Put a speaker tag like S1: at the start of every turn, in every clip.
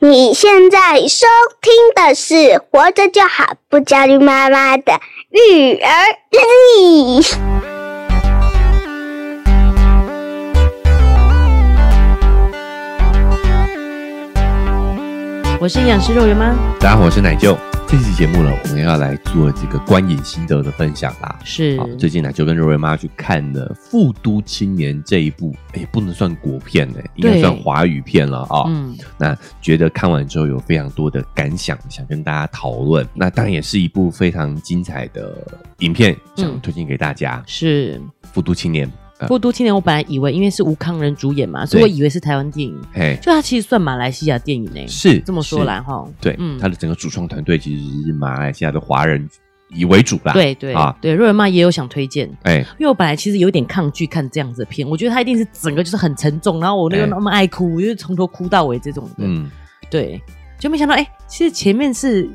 S1: 你现在收听的是《活着就好，不焦虑妈妈》的育儿日历。
S2: 我是营养师肉圆妈，
S3: 大家好，我是奶舅。这期节目呢，我们要来做这个观影心得的分享啦。
S2: 是
S3: 好，最近奶舅跟瑞瑞妈去看了《复都青年》这一部，哎，不能算国片呢、应该
S2: 对
S3: 算华语片了啊、
S2: 嗯，
S3: 那觉得看完之后有非常多的感想，想跟大家讨论。那当然也是一部非常精彩的影片，想
S2: 嗯
S3: 推荐给大家。
S2: 是
S3: 复都青年》
S2: 《
S3: 呃，
S2: 复都青年》，我本来以为因为是吴康仁主演嘛，所以我以为是台湾电影，
S3: 嘿，
S2: 就它其实算马来西亚电影呢。
S3: 是
S2: 这么说
S3: 是
S2: 来哈，嗯
S3: 对，他的整个主创团队其实是马来西亚的华人以为主啦。
S2: 对对
S3: 啊，
S2: 对，瑞文妈也有想推荐，
S3: 哎，
S2: 因为我本来其实有点抗拒看这样子的片，我觉得它一定是整个就是很沉重，然后我又
S3: 哎
S2: 那么爱哭，我就是从头哭到尾这种的，
S3: 嗯，
S2: 对，就没想到哎、其实前面是，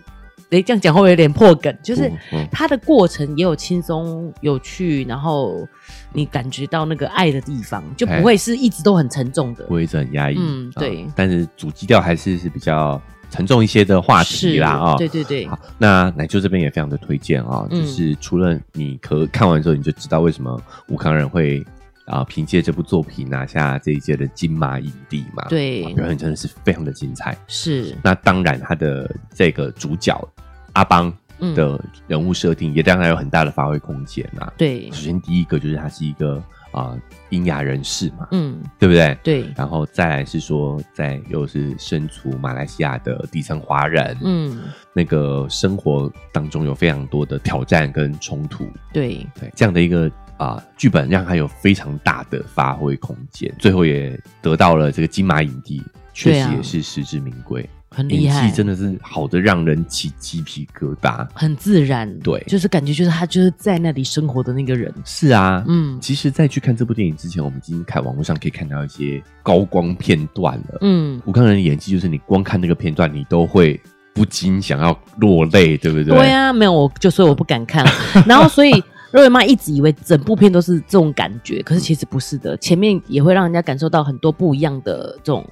S2: 哎、这样讲会不会有点破梗，就是
S3: 嗯嗯
S2: 它的过程也有轻松有趣，然后你感觉到那个爱的地方，就不
S3: 哎
S2: 会是一直都很沉重的
S3: 不，会是很压抑。
S2: 嗯
S3: 啊
S2: 对
S3: 但是主基调还是是比较沉重一些的话题
S2: 是
S3: 啦啊、
S2: 对对对，
S3: 好，那奶舅这边也非常的推荐啊、
S2: 嗯
S3: 就是除了你可看完之后你就知道为什么吴康仁会啊、凭借这部作品拿下这一届的金马影帝嘛，
S2: 对
S3: 啊表演真的是非常的精彩。
S2: 是，
S3: 那当然，他的这个主角阿邦
S2: 嗯，
S3: 的人物设定也当然有很大的发挥空间啊。
S2: 对
S3: 首，先第一个就是他是一个啊、聋哑人士嘛，
S2: 嗯，
S3: 对不对？
S2: 对，
S3: 然后再来是说，在又是身处马来西亚的底层华人，
S2: 嗯，
S3: 那个生活当中有非常多的挑战跟冲突，
S2: 对，
S3: 对这样的一个啊、剧本，让他有非常大的发挥空间，最后也得到了这个金马影帝，确
S2: 对
S3: 实
S2: 啊
S3: 也是实至名归，
S2: 很厉
S3: 演
S2: 害
S3: 技，真的是好的让人起鸡皮疙瘩。
S2: 很自然，
S3: 对
S2: 就是感觉就是他就是在那里生活的那个人，
S3: 是啊，
S2: 嗯
S3: 其实，在去看这部电影之前，我们已经看网络上可以看到一些高光片段了。
S2: 嗯，
S3: 吴康仁的演技，就是你光看那个片段，你都会不禁想要落泪，对不对？
S2: 对啊，没有，我就所以我不敢 看了。然后所以瑞文妈一直以为整部片都是这种感觉，可是其实不是的，前面也会让人家感受到很多不一样的这种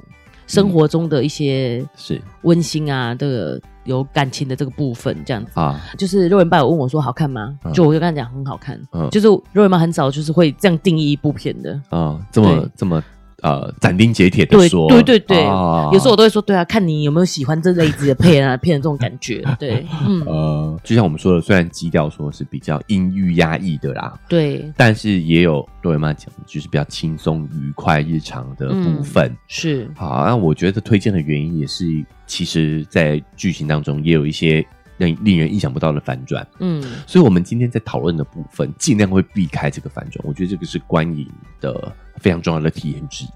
S2: 生活中的一些
S3: 是
S2: 温馨啊，这个有感情的这个部分，这样子。
S3: 啊，
S2: 就是瑞文爸有问我说好看吗？
S3: 嗯
S2: 就我就跟他讲很好看，
S3: 嗯
S2: 就是瑞文妈很早就是会这样定义一部片的。
S3: 啊、这么
S2: 对
S3: 这么呃斩钉截铁的
S2: 对
S3: 说，
S2: 对对对，
S3: 啊
S2: 有时候我都会说，对啊，看你有没有喜欢这类子的片啊片的这种感觉，对，嗯，
S3: 呃，就像我们说的，虽然基调说是比较阴郁压抑的啦，
S2: 对，
S3: 但是也有瑞文妈讲的就是比较轻松愉快日常的
S2: 嗯
S3: 部分。
S2: 是，
S3: 好，那我觉得推荐的原因也是，其实，在剧情当中也有一些令令人意想不到的反转，
S2: 嗯，
S3: 所以我们今天在讨论的部分尽量会避开这个反转，我觉得这个是观影的非常重要的体验之一。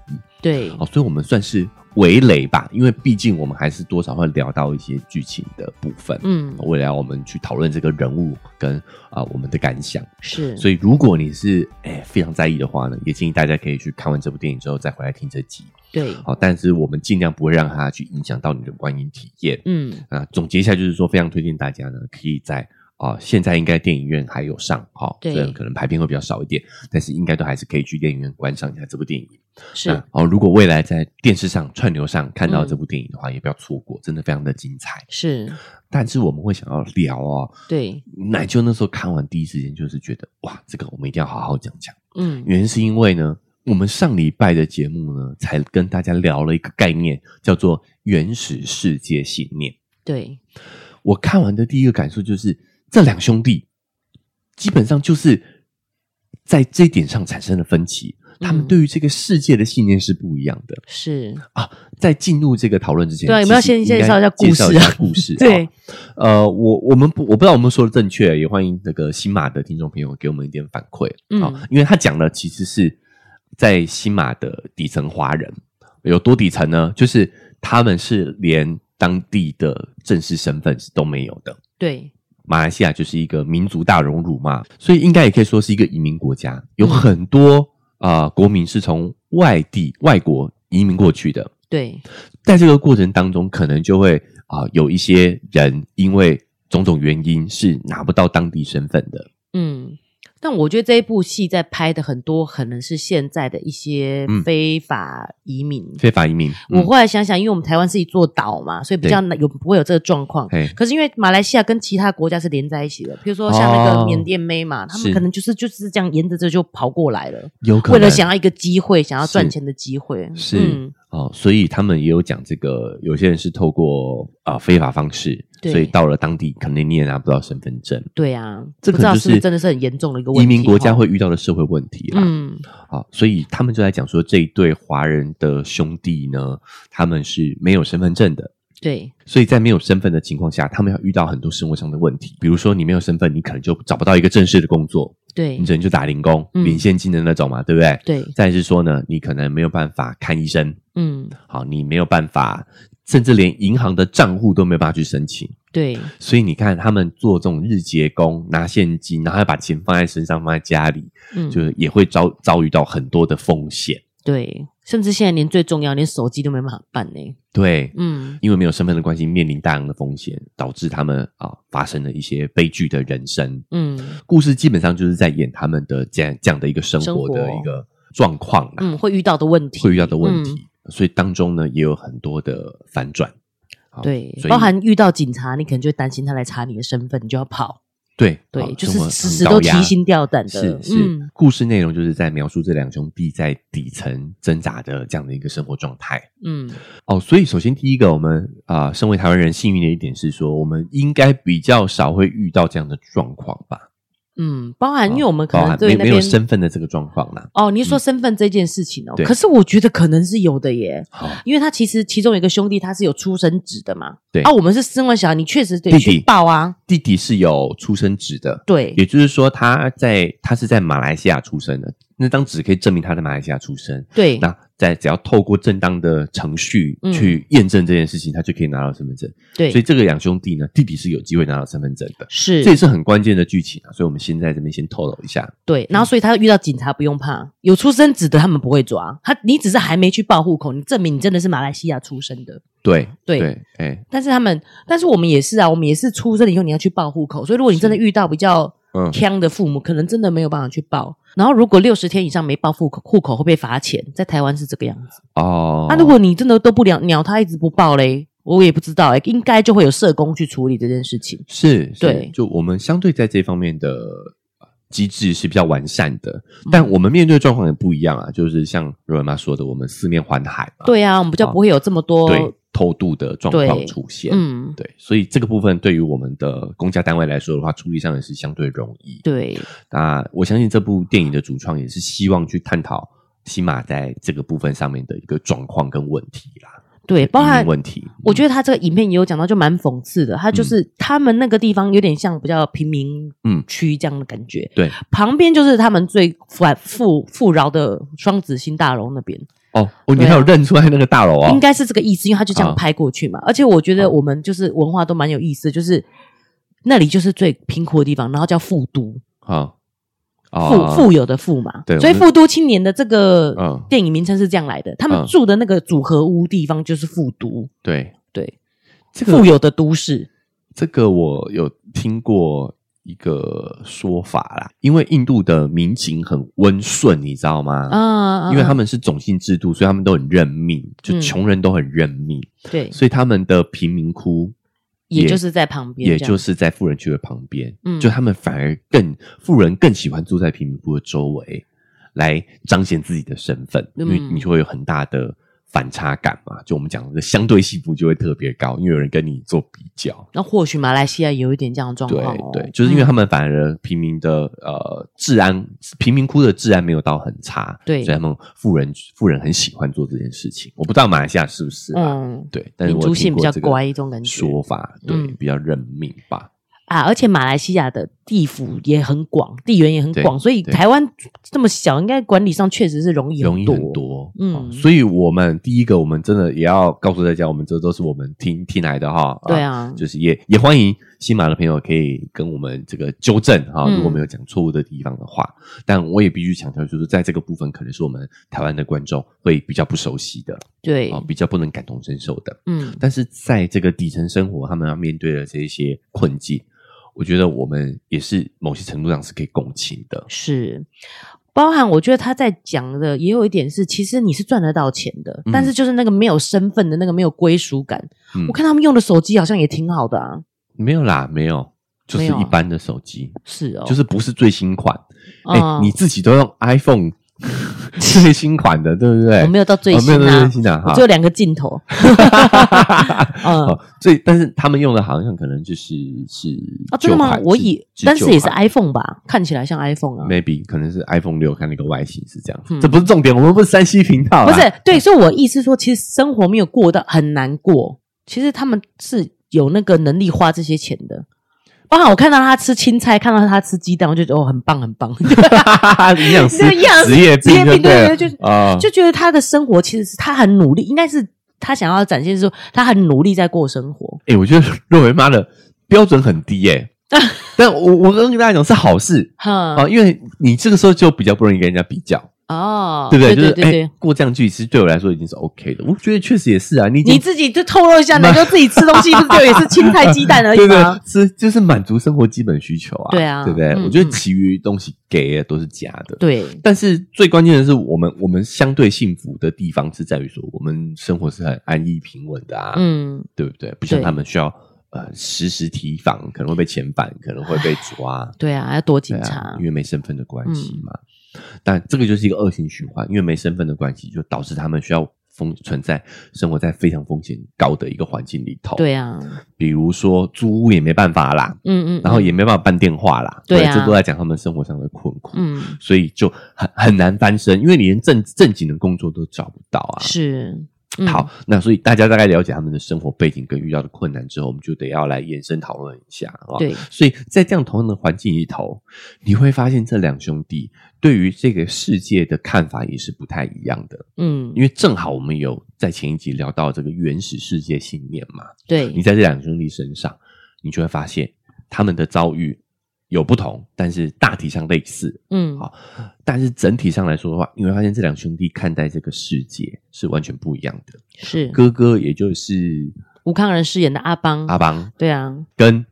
S2: 对，
S3: 哦，所以我们算是围雷吧，因为毕竟我们还是多少会聊到一些剧情的部分。
S2: 嗯，
S3: 为了要我们去讨论这个人物跟啊、我们的感想，
S2: 是，
S3: 所以如果你是哎、非常在意的话呢，也建议大家可以去看完这部电影之后再回来听这集。
S2: 对，
S3: 好、但是我们尽量不会让它去影响到你的观影体验。
S2: 嗯，
S3: 啊，总结一下就是说，非常推荐大家呢，可以在啊、现在应该电影院还有上，哈、
S2: 对
S3: 虽然可能排片会比较少一点，但是应该都还是可以去电影院观赏一下这部电影。
S2: 是嗯
S3: 那，哦，如果未来在电视上、串流上看到这部电影的话，也不要错过，真的非常的精彩。
S2: 是，
S3: 但是我们会想要聊哦，
S2: 对，
S3: 奶舅那时候看完第一时间就是觉得，哇，这个我们一定要好好讲讲。
S2: 嗯，
S3: 原因是因为呢，我们上礼拜的节目呢，才跟大家聊了一个概念，叫做原始世界信念。
S2: 对，
S3: 我看完的第一个感受就是，这两兄弟基本上就是在这一点上产生了分歧，他们
S2: 嗯
S3: 对于这个世界的信念是不一样的。
S2: 是，
S3: 啊，在进入这个讨论之前，
S2: 对啊有没有
S3: 其实
S2: 先
S3: 应该
S2: 介绍一下故
S3: 介绍一
S2: 事啊，
S3: 下故事
S2: 对
S3: 啊呃，我我们不我不知道我们说的正确，也欢迎那个新马的听众朋友给我们一点反馈啊、
S2: 嗯
S3: 因为他讲的其实是在新马的底层华人有多底层呢？就是他们是连当地的正式身份是都没有的。
S2: 对，
S3: 马来西亚就是一个民族大熔炉嘛，所以应该也可以说是一个移民国家，有很多啊、呃国民是从外地外国移民过去的。
S2: 对，
S3: 在这个过程当中，可能就会啊、有一些人因为种种原因是拿不到当地身份的。
S2: 嗯。但我觉得这一部戏在拍的很多，可能是现在的一些
S3: 嗯
S2: 非法移民。
S3: 非法移民，
S2: 我
S3: 嗯
S2: 后来想想，因为我们台湾是一座岛嘛，所以比较难有不会有这个状况。
S3: 嘿
S2: 可是因为马来西亚跟其他国家是连在一起的，比如说像那个
S3: 哦
S2: 缅甸妹嘛，他们
S3: 是
S2: 可能就是就是这样沿着这就跑过来了，
S3: 有可
S2: 为
S3: 能
S2: 了想要一个机会，想要赚
S3: 是
S2: 钱的机会。
S3: 是
S2: 嗯
S3: 哦，所以他们也有讲这个，有些人是透过啊、非法方式，
S2: 对
S3: 所以到了当地肯定你也拿不到身份证，
S2: 对啊，
S3: 这
S2: 不
S3: 可
S2: 知道
S3: 能就是
S2: 不是真的是很严重的一个问
S3: 移
S2: 题。
S3: 民国家
S2: 哈，
S3: 会遇到的社会问题啦。
S2: 嗯，
S3: 好、所以他们就在讲说这一对华人的兄弟呢，他们是没有身份证的。
S2: 对，
S3: 所以在没有身份的情况下，他们要遇到很多生活上的问题，比如说你没有身份，你可能就找不到一个正式的工作，
S2: 对
S3: 你，只能就打零工，
S2: 嗯
S3: 领现金的那种嘛，对不对？
S2: 对，
S3: 再是说呢，你可能没有办法看医生，
S2: 嗯，
S3: 好，你没有办法，甚至连银行的账户都没有办法去申请。
S2: 对，
S3: 所以你看，他们做这种日结工，拿现金，然后还把钱放在身上，放在家里，
S2: 嗯，
S3: 就是也会遭遭遇到很多的风险。
S2: 对，甚至现在连最重要，连手机都没办法办呢。
S3: 对，
S2: 嗯，
S3: 因为没有身份的关系，面临大量的风险，导致他们啊、发生了一些悲剧的人生。
S2: 嗯
S3: 故事基本上就是在演他们的这样这样的一个生
S2: 生
S3: 活的
S2: 活
S3: 一个状况啦，
S2: 嗯，会遇到的问题，
S3: 会遇到的问
S2: 嗯
S3: 题。所以当中呢，也有很多的反转。好
S2: 对，
S3: 所以
S2: 包含遇到警察，你可能就会担心他来查你的身份，你就要跑。
S3: 对
S2: 对，
S3: 好
S2: 就是
S3: 生活
S2: 时
S3: 很
S2: 时
S3: 高
S2: 都
S3: 压
S2: 提心吊胆的。
S3: 是是、
S2: 嗯，
S3: 故事内容就是在描述这两兄弟在底层挣扎的这样的一个生活状态。
S2: 嗯，
S3: 哦，所以首先第一个，我们啊、身为台湾人幸运的一点是说，我们应该比较少会遇到这样的状况吧？
S2: 嗯，包含
S3: 啊
S2: 因为我们可
S3: 包
S2: 能
S3: 含
S2: 对
S3: 没
S2: 那
S3: 没有
S2: 边
S3: 身份的这个状况啦。
S2: 哦，你说身份这件事情哦，
S3: 对
S2: 可是我觉得可能是有的耶，
S3: 好，
S2: 因为他其实其中有一个兄弟他是有出生纸的嘛，
S3: 对
S2: 啊，我们是生完小孩，你确实得
S3: 弟
S2: 去
S3: 弟
S2: 报啊，
S3: 弟弟是有出生纸的，
S2: 对
S3: 也就是说他在他是在马来西亚出生的，那张纸可以证明他在马来西亚出生。
S2: 对，
S3: 那在只要透过正当的程序
S2: 嗯
S3: 去验证这件事情，他就可以拿到身份证。所以
S2: 对
S3: 这个两兄弟呢，弟弟是有机会拿到身份证的，
S2: 是
S3: 这也是很关键的剧情啊。所以我们先在这边先透露一下，
S2: 对，然后所以他遇到警察不用怕，有出生纸的他们不会抓他，你只是还没去报户口，你证明你真的是马来西亚出生的。
S3: 对
S2: 对
S3: 对，哎、
S2: 但是他们，但是我们也是啊，我们也是出生了以后你要去报户口，所以如果你真的遇到比较
S3: 嗯
S2: 呛的父母，可能真的没有办法去报。然后如果六十天以上没报户口，户口会被罚钱，在台湾是这个样子。
S3: 哦，
S2: 啊那、如果你真的都不了鸟他一直不报嘞，我也不知道哎、应该就会有社工去处理这件事情。
S3: 是，是
S2: 对
S3: 就我们相对在这方面的呃机制是比较完善的，
S2: 嗯
S3: 但我们面对的状况也不一样啊。就是像瑞文妈说的，我们四面环海嘛，
S2: 对啊，我们比较不会有这么多，
S3: 哦对偷渡的状
S2: 对
S3: 况出现，
S2: 嗯，
S3: 对，所以这个部分对于我们的公家单位来说的话，处理上也是相对容易。
S2: 对，
S3: 那我相信这部电影的主创也是希望去探讨西马在这个部分上面的一个状况跟问题啦，
S2: 对，包
S3: 移
S2: 含
S3: 民问题。嗯
S2: 我觉得他这个影片也有讲到，就蛮讽刺的。他就是、他们那个地方有点像比较贫民
S3: 嗯
S2: 区这样的感觉，
S3: 对
S2: 旁边就是他们最富富富饶的双子星大楼那边，
S3: 哦哦，你
S2: 对啊
S3: 还有认出来那个大楼啊、哦？
S2: 应该是这个意思，因为他就这样
S3: 啊
S2: 拍过去嘛。而且我觉得我们就是文化都蛮有意思的，就是那里就是最贫苦的地方，然后叫富都，
S3: 好、
S2: 富
S3: 哦，
S2: 富有的富嘛。
S3: 对
S2: 所以
S3: 我们
S2: 富都青年的这个
S3: 嗯
S2: 电影名称是这样来的，他们
S3: 嗯
S2: 住的那个组合屋地方就是富都，
S3: 对
S2: 对，
S3: 这
S2: 富
S3: 个
S2: 有的都市。
S3: 这个我有听过一个说法啦，因为印度的民情很温顺，你知道吗？
S2: 啊，
S3: 嗯因为他
S2: 们
S3: 们是种姓制度，所以他们都很认命，就
S2: 嗯
S3: 穷人都很认命，
S2: 对，
S3: 所以他们的贫民窟
S2: 也就是在旁边这
S3: 也
S2: 样，
S3: 就是在富人区的旁边，
S2: 嗯
S3: 就他们反而更富人更喜欢住在贫民窟的周围，来彰显自己的身份，因为
S2: 嗯
S3: 你就会有很大的反差感嘛。就我们讲的相对幸福就会特别高，因为有人跟你做比较。
S2: 那或许马来西亚有一点这样的状
S3: 对
S2: 况、哦，
S3: 对，就是因为
S2: 嗯
S3: 他们反而平民的呃治安，贫民窟的治安没有到很差，
S2: 对
S3: 所以他们富人富人很喜欢做这件事情。我不知道马来西亚是不是啊？
S2: 嗯，
S3: 对，但是我
S2: 民族
S3: 听
S2: 性比
S3: 过
S2: 较
S3: 这个
S2: 乖这种感觉
S3: 说法，对
S2: 嗯，
S3: 比较认命吧。
S2: 啊，而且马来西亚的地幅也很广，地缘也很
S3: 对
S2: 广，所以
S3: 对
S2: 台湾这么小，应该管理上确实是容易
S3: 容易
S2: 多。
S3: 很多，
S2: 嗯
S3: 嗯，所以我们第一个，我们真的也要告诉大家，我们这都是我们听听来的哈，
S2: 对啊，
S3: 就是也也欢迎新马的朋友可以跟我们这个纠正哈、
S2: 嗯
S3: 如果没有讲错误的地方的话，但我也必须强调，就是在这个部分，可能是我们台湾的观众会比较不熟悉的
S2: 对
S3: 啊、，比较不能感同身受的。
S2: 嗯，
S3: 但是在这个底层生活，他们要面对的这一些困境，我觉得我们也是某些程度上是可以共情的。
S2: 是。包含我觉得他在讲的也有一点是，其实你是赚得到钱的，
S3: 嗯
S2: 但是就是那个没有身份的那个没有归属感。
S3: 嗯
S2: 我看他们用的手机好像也挺好的啊，
S3: 没有啦，没有，就是
S2: 没有啊
S3: 一般的手机，
S2: 是哦，
S3: 就是不是最新款。哎、
S2: 嗯
S3: 你自己都用 iPhone 最新款的，对不对？
S2: 我没有到最
S3: 哦没有
S2: 新
S3: 到
S2: 啊，
S3: 最新的哈
S2: 我只有两个镜 头。 嗯
S3: 哦，所以但是他们用的好像可能就是是
S2: 啊，真的
S3: 旧
S2: 吗
S3: 款？
S2: 我
S3: 是
S2: 以
S3: 是
S2: 但是
S3: 旧
S2: 也是
S3: 款
S2: iPhone 吧，看起来像 iPhone 啊。
S3: maybe 可能是 iPhone 六，看那个外形是这样。
S2: 嗯
S3: 这不是重点，我们不是山西频道啦，啊
S2: 不是对，所以我意思说，其实生活没有过到很难过，其实他们是有那个能力花这些钱的。包含我看到他吃青菜，看到他吃鸡蛋，我就觉得哦，很棒，很棒，
S3: 营养师
S2: 对 营养师
S3: 职业
S2: 职业
S3: 病就
S2: 病
S3: 对
S2: 对对，
S3: 了，
S2: 就
S3: 啊，
S2: 就觉得他的生活其实是他很努力，应该是他想要展现说他很努力在过生活。
S3: 哎，我觉得肉圆妈的标准很低耶。 但我我刚跟大家讲是好事啊，
S2: 哈
S3: 因为你这个时候就比较不容易跟人家比较，
S2: 哦，
S3: 对不
S2: 对？
S3: 就是
S2: 对对
S3: 哎，过这样距离，其实对我来说已经是 OK 的。我觉得确实也是啊，你已经
S2: 你自己就透露一下，能够自己吃东西，不是就也是青菜鸡蛋而已
S3: 对
S2: 吗
S3: 对，？是就是满足生活基本需求啊，
S2: 对啊
S3: 对不对？
S2: 嗯
S3: 我觉得其余东西给的都是假的，。
S2: 对，
S3: 但是最关键的是，我们我们相对幸福的地方是在于说，我们生活是很安逸平稳的啊，
S2: 嗯，
S3: 对不对？不像
S2: 对
S3: 他们需要呃时时提防，可能会被遣返，可能会被 抓，
S2: 对啊，要躲
S3: 对
S2: 警察
S3: 啊，因，为没身份的关系
S2: 嗯
S3: 嘛。但这个就是一个恶性循环，因为没身份的关系，就导致他们需要风存在生活在非常风险高的一个环境里头。
S2: 对啊，
S3: 比如说租屋也没办法啦，
S2: 嗯嗯，
S3: 然后也没办法办电话啦，
S2: 对啊
S3: 这都在讲他们生活上的困苦，
S2: 嗯
S3: 所以就很很难翻身，因为你连正正经的工作都找不到啊。
S2: 是嗯
S3: 好，那所以大家大概了解他们的生活背景跟遇到的困难之后，我们就得要来延伸讨论一下啊。
S2: 对，
S3: 所以在这样同样的环境里头，你会发现这两兄弟对于这个世界的看法也是不太一样的，
S2: 嗯
S3: 因为正好我们有在前一集聊到这个原始世界信念嘛，你
S2: 对
S3: 在这两兄弟身上，你就会发现他们的遭遇有不同，但是大体上类似。
S2: 嗯
S3: 好但是整体上来说的话，你会发现这两兄弟看待这个世界是完全不一样的。
S2: 是
S3: 哥哥也就是
S2: 吴康仁饰演的阿邦
S3: 阿邦
S2: 对啊
S3: 跟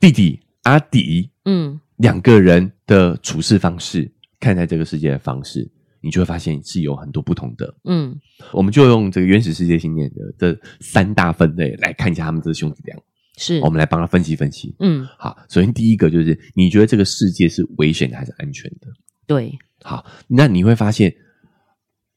S3: 弟弟阿迪
S2: 嗯
S3: 两个人的处事方式，看待这个世界的方式，你就会发现是有很多不同的。
S2: 嗯
S3: 我们就用这个原始世界信念的这三大分类来看一下他们这兄弟俩，
S2: 是
S3: 我们来帮他分析分析。
S2: 嗯
S3: 好，首先第一个就是你觉得这个世界是危险的还是安全的？
S2: 对
S3: 好，那你会发现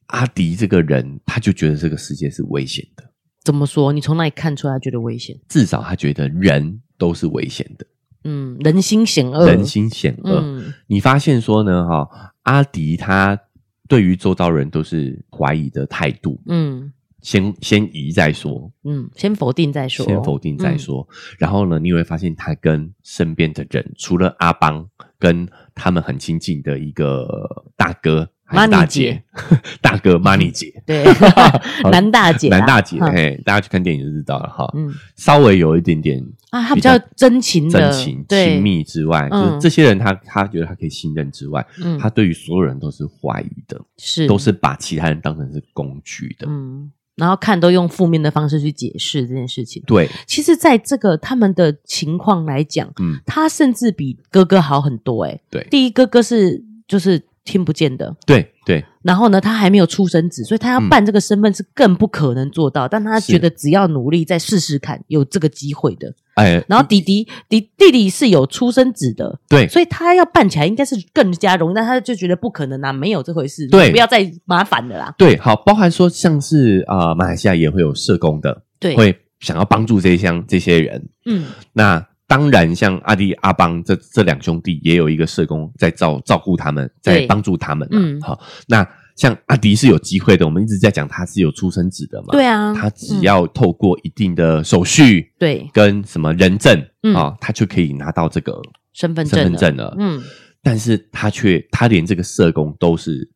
S3: 阿迪这个人，他就觉得这个世界是危险的，
S2: 怎么说？你从哪里看出来觉得危险？
S3: 至少他觉得人都是危险的，
S2: 嗯，人心险恶，
S3: 人心险恶。
S2: 嗯
S3: 你发现说呢，哈、阿迪他对于周遭人都是怀疑的态度，
S2: 嗯
S3: 先先疑再说，
S2: 嗯，先否定再说，
S3: 先否定再
S2: 嗯
S3: 说。然后呢，你会发现他跟身边的人，除了阿邦跟他们很亲近的一个大哥还是
S2: Money
S3: 大姐， 大哥 Money 姐
S2: 嗯，对
S3: 好
S2: 南大 姐啊
S3: 南大姐，
S2: 嗯
S3: 嘿，大家去看电影就知道了哈。
S2: 嗯
S3: 稍微有一点点
S2: 啊，他
S3: 比
S2: 比
S3: 较
S2: 较真情
S3: 真
S2: 的
S3: 情、
S2: 对
S3: 亲密之外，
S2: 嗯
S3: 就是这些人他他觉得他可以信任之外，
S2: 嗯
S3: 他对于所有人都是怀疑的，
S2: 是
S3: 都是把其他人当成是工具的。
S2: 嗯，然后看都用负面的方式去解释这件事情。
S3: 对，
S2: 其实，在这个他们的情况来讲，
S3: 嗯，
S2: 他甚至比哥哥好很多、欸。
S3: 对
S2: 第一哥哥是就是听不见的，
S3: 对对，
S2: 然后呢，他还没有出生子，所以他要
S3: 嗯
S2: 办这个身份是更不可能做到。但他
S3: 是
S2: 觉得只要努力再试试看，有这个机会的。
S3: 哎，
S2: 然后弟弟弟弟弟是有出生子的，
S3: 对
S2: 所以他要办起来应该是更加容易，但他就觉得不可能啊，没有这回事，
S3: 对
S2: 不要再麻烦了啦。
S3: 对，好，包含说像是啊、呃马来西亚也会有社工的，
S2: 对，
S3: 会想要帮助这项这些人。
S2: 嗯，
S3: 那当然，像阿迪、阿邦这这两兄弟也有一个社工在照照顾他们，在
S2: 对
S3: 帮助他们、啊。
S2: 嗯
S3: 好，那像阿迪是有机会的，我们一直在讲他是有出生纸的嘛，
S2: 对啊，
S3: 他只要透过一定的手续
S2: 对
S3: 跟什么人证啊、
S2: 嗯
S3: 他就可以拿到这个
S2: 身份
S3: 身
S2: 证
S3: 份
S2: 了
S3: 证了。
S2: 嗯，
S3: 但是他却他连这个社工都是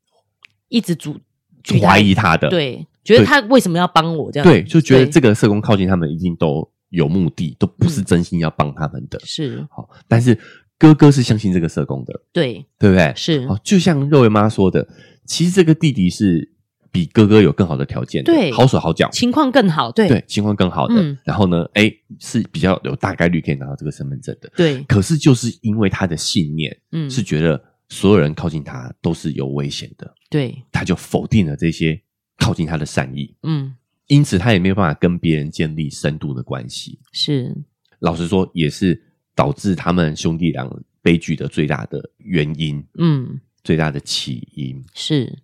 S2: 一直主举他
S3: 怀疑他的，
S2: 对，觉得
S3: 对
S2: 他为什么要帮我这样？
S3: 对，就觉得
S2: 对嗯
S3: 这个社工靠近他们一定都有目的，都不是真心要帮他们的。
S2: 是
S3: 好，但是哥哥是相信这个社工的，
S2: 对
S3: 对不对？
S2: 是
S3: 好，就像肉圆妈说的，其实这个弟弟是比哥哥有更好的条件的，
S2: 对
S3: 好手好脚，
S2: 情况更好，对
S3: 对，情况更好的。
S2: 嗯
S3: 然后呢，哎，是比较有大概率可以拿到这个身份证的。
S2: 对
S3: 可是就是因为他的信念，
S2: 嗯
S3: 是觉得所有人靠近他都是有危险的，
S2: 对
S3: 他就否定了这些靠近他的善意，
S2: 嗯
S3: 因此他也没有办法跟别人建立深度的关系。
S2: 是
S3: 老实说，也是导致他们兄弟俩悲剧的最大的原因，
S2: 嗯
S3: 最大的起因。
S2: 是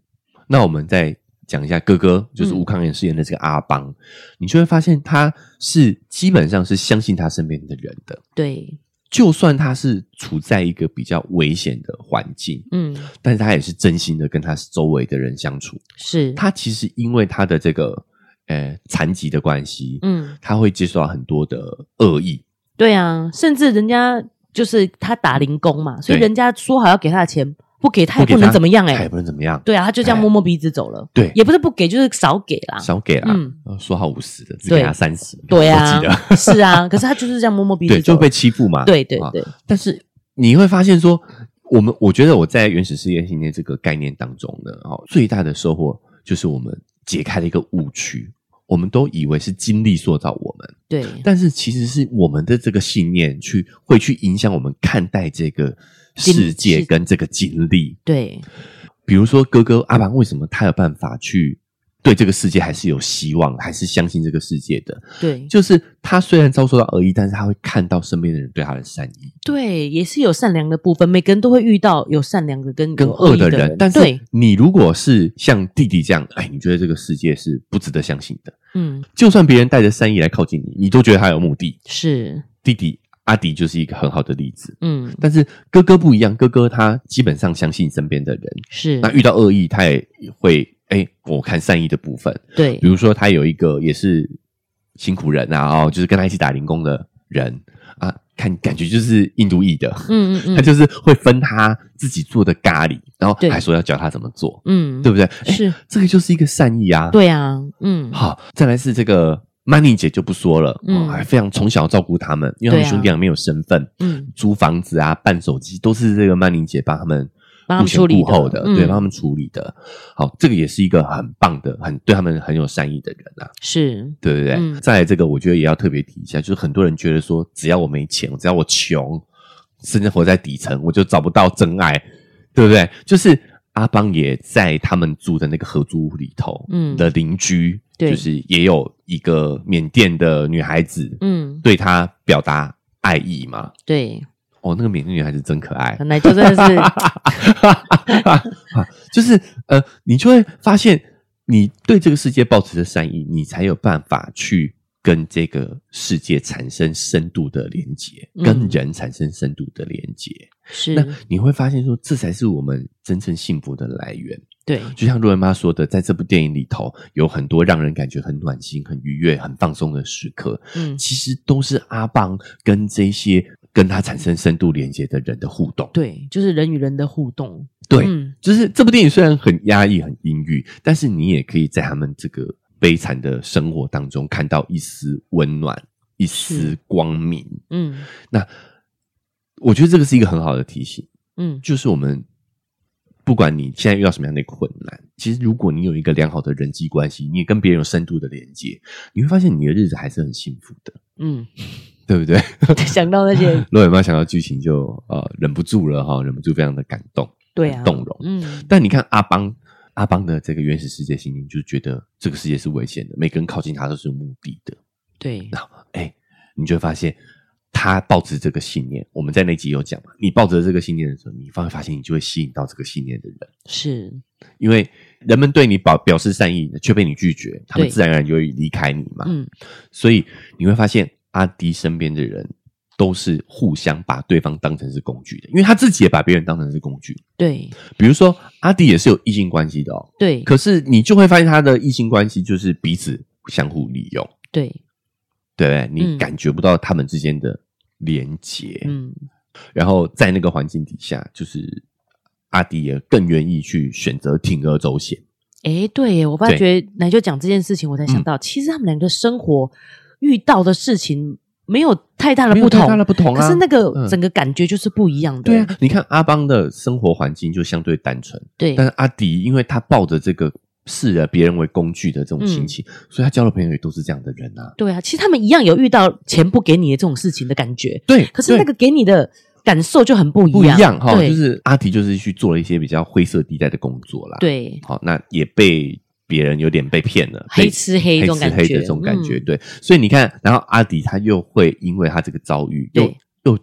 S3: 那我们再讲一下哥哥，就是吴康仁饰演的这个阿邦，你就会发现他是基本上是相信他身边的人的，
S2: 对
S3: 就算他是处在一个比较危险的环境，
S2: 嗯
S3: 但是他也是真心的跟他周围的人相处。
S2: 是
S3: 他其实因为他的这个呃残疾的关系，
S2: 嗯
S3: 他会接受到很多的恶意，
S2: 对啊，甚至人家就是他打零工嘛，所以
S3: 对
S2: 人家说好要给他的钱，不给他也
S3: 给
S2: 不能
S3: 他
S2: 怎么样
S3: 他
S2: 哎
S3: 也，不能怎么样，
S2: 对啊，他就这样
S3: 哎
S2: 摸摸鼻子走了，
S3: 对
S2: 也不是不给，就是少给啦，
S3: 少给啦，
S2: 嗯
S3: 呃说好五十的，只给
S2: 对
S3: 他三十，
S2: 对
S3: 我
S2: 啊
S3: 记得，
S2: 是啊，可是他 就是这样摸摸鼻子
S3: 对，
S2: 走
S3: 就
S2: 了，
S3: 被欺负嘛，
S2: 对对
S3: 啊
S2: 对，
S3: 但是你会发现说，我们我觉得我在原始世界信念这个概念当中呢，哦，最大的收获就是我们解开了一个误区，我们都以为是经历塑造我们，
S2: 对
S3: 但是其实是我们的这个信念去会去影响我们看待这个世界
S2: 经
S3: 跟这个经历。
S2: 对
S3: 比如说，哥哥阿邦为什么他有办法去对这个世界还是有希望，还是相信这个世界的？
S2: 对
S3: 就是他虽然遭受到恶意，但是他会看到身边的人对他的善意。
S2: 对，也是有善良的部分，每个人都会遇到有善良的跟
S3: 跟
S2: 有
S3: 恶
S2: 意
S3: 的
S2: 的
S3: 人，但是
S2: 对，
S3: 你如果是像弟弟这样，哎，你觉得这个世界是不值得相信的。
S2: 嗯，
S3: 就算别人带着善意来靠近你，你都觉得他有目的。
S2: 是，
S3: 弟弟阿迪就是一个很好的例子，
S2: 嗯，
S3: 但是哥哥不一样，哥哥他基本上相信身边的人，
S2: 是，
S3: 那遇到恶意他也会哎，我看善意的部分，
S2: 对
S3: 比，如说他有一个也是辛苦人啊，哦，就是跟他一起打零工的人啊，看感觉就是印度裔的，
S2: 嗯嗯嗯，
S3: 他就是会分他自己做的咖喱，然后
S2: 对
S3: 还说要教他怎么做，
S2: 嗯，
S3: 对不对？诶
S2: 是，
S3: 这个就是一个善意啊。，
S2: 对啊，嗯，
S3: 好，再来是这个 Money 姐就不说了，
S2: 嗯
S3: 嗯，还非常从小照顾他们，因为他
S2: 对啊
S3: 们兄弟俩没有身份，
S2: 嗯，
S3: 租房子啊、办手机都是这个 Money 姐帮他们。
S2: 帮他们
S3: 前
S2: 处理
S3: 顾后
S2: 的
S3: 的，对，
S2: 嗯
S3: 帮他们处理的。好，这个也是一个很棒的，很对他们很有善意的人啊。
S2: 是，
S3: 对不对？
S2: 嗯
S3: 再来这个，我觉得也要特别提一下，就是很多人觉得说，只要我没钱，只要我穷，甚至活在底层，我就找不到真爱，对不对？就是阿邦也在他们住的那个合租屋里头，
S2: 嗯
S3: 嗯，的邻居，
S2: 对
S3: 就是也有一个缅甸的女孩子，
S2: 嗯，
S3: 对他表达爱意嘛。
S2: 对，
S3: 哦，那个缅甸女孩子真可爱，
S2: 奶就真的是
S3: 就是呃，你就会发现，你对这个世界抱持的善意，你才有办法去跟这个世界产生深度的连接，
S2: 嗯
S3: 跟人产生深度的连接。 那
S2: 是，
S3: 你会发现说，这才是我们真正幸福的来源。
S2: 对，
S3: 就像若文妈说的，在这部电影里头，有很多让人感觉很暖心、很愉悦、很放松的时刻，
S2: 嗯，
S3: 其实都是阿邦跟这些跟他产生深度连接的人的互动。
S2: 对，就是人与人的互动，
S3: 对，
S2: 嗯，
S3: 就是这部电影虽然很压抑、很阴郁，但是你也可以在他们这个悲惨的生活当中看到一丝温暖、一丝
S2: 是
S3: 光明。
S2: 嗯，
S3: 那我觉得这个是一个很好的提醒，
S2: 嗯，
S3: 就是我们不管你现在遇到什么样的困难，其实如果你有一个良好的人际关系，你也跟别人有深度的连接，你会发现你的日子还是很幸福的，
S2: 嗯，
S3: 对不对？
S2: 想到那些，
S3: 若有没有想到剧情就呃忍不住了哈，忍不住非常的感动。
S2: 对啊，
S3: 动容
S2: 嗯，
S3: 但你看阿邦，阿邦的这个原始世界心灵，就觉得这个世界是危险的，每个人靠近他都是有目的的。
S2: 对，
S3: 哎，你就会发现，他抱持这个信念，我们在那集有讲嘛，你抱着这个信念的时候，你会发现你就会吸引到这个信念的人，
S2: 是，
S3: 因为人们对你表表示善意，却被你拒绝，他们
S2: 对
S3: 啊自然而然就会离开你嘛。
S2: 嗯，
S3: 所以你会发现，阿迪身边的人都是互相把对方当成是工具的，因为他自己也把别人当成是工具。
S2: 对
S3: 比如说阿迪也是有异性关系的哦，
S2: 对
S3: 可是你就会发现他的异性关系就是彼此相互利用，
S2: 对，
S3: 对不对？你
S2: 嗯
S3: 感觉不到他们之间的连结，
S2: 嗯
S3: 然后在那个环境底下，就是阿迪也更愿意去选择铤而走险。
S2: 哎，对耶，我发觉奶就讲这件事情，我才
S3: 嗯
S2: 想到，其实他们两个生活遇到的事情没有太大的
S3: 没有
S2: 不
S3: 太
S2: 同，
S3: 大的不同啊
S2: 可是那个
S3: 嗯
S2: 整个感觉就是不一样的。
S3: 对啊，你看阿邦的生活环境就相对单纯，
S2: 对
S3: 但是阿迪因为他抱着这个视了别人为工具的这种心
S2: 嗯
S3: 情，所以他交的朋友也都是这样的人啊。
S2: 对啊，其实他们一样有遇到钱不给你的这种事情的感觉，
S3: 对，
S2: 可是那个给你的感受就很不一
S3: 对不一
S2: 样，
S3: 样哈，
S2: 对
S3: 就是阿迪就是去做了一些比较灰色地带的工作啦。，
S2: 对
S3: 好，那也被别人有点被骗了，
S2: 黑
S3: 被
S2: 吃黑这种感觉，
S3: 黑吃黑的这种感觉，
S2: 嗯
S3: 对。所以你看，然后阿迪他又会因为他这个遭遇，又
S2: 对
S3: 又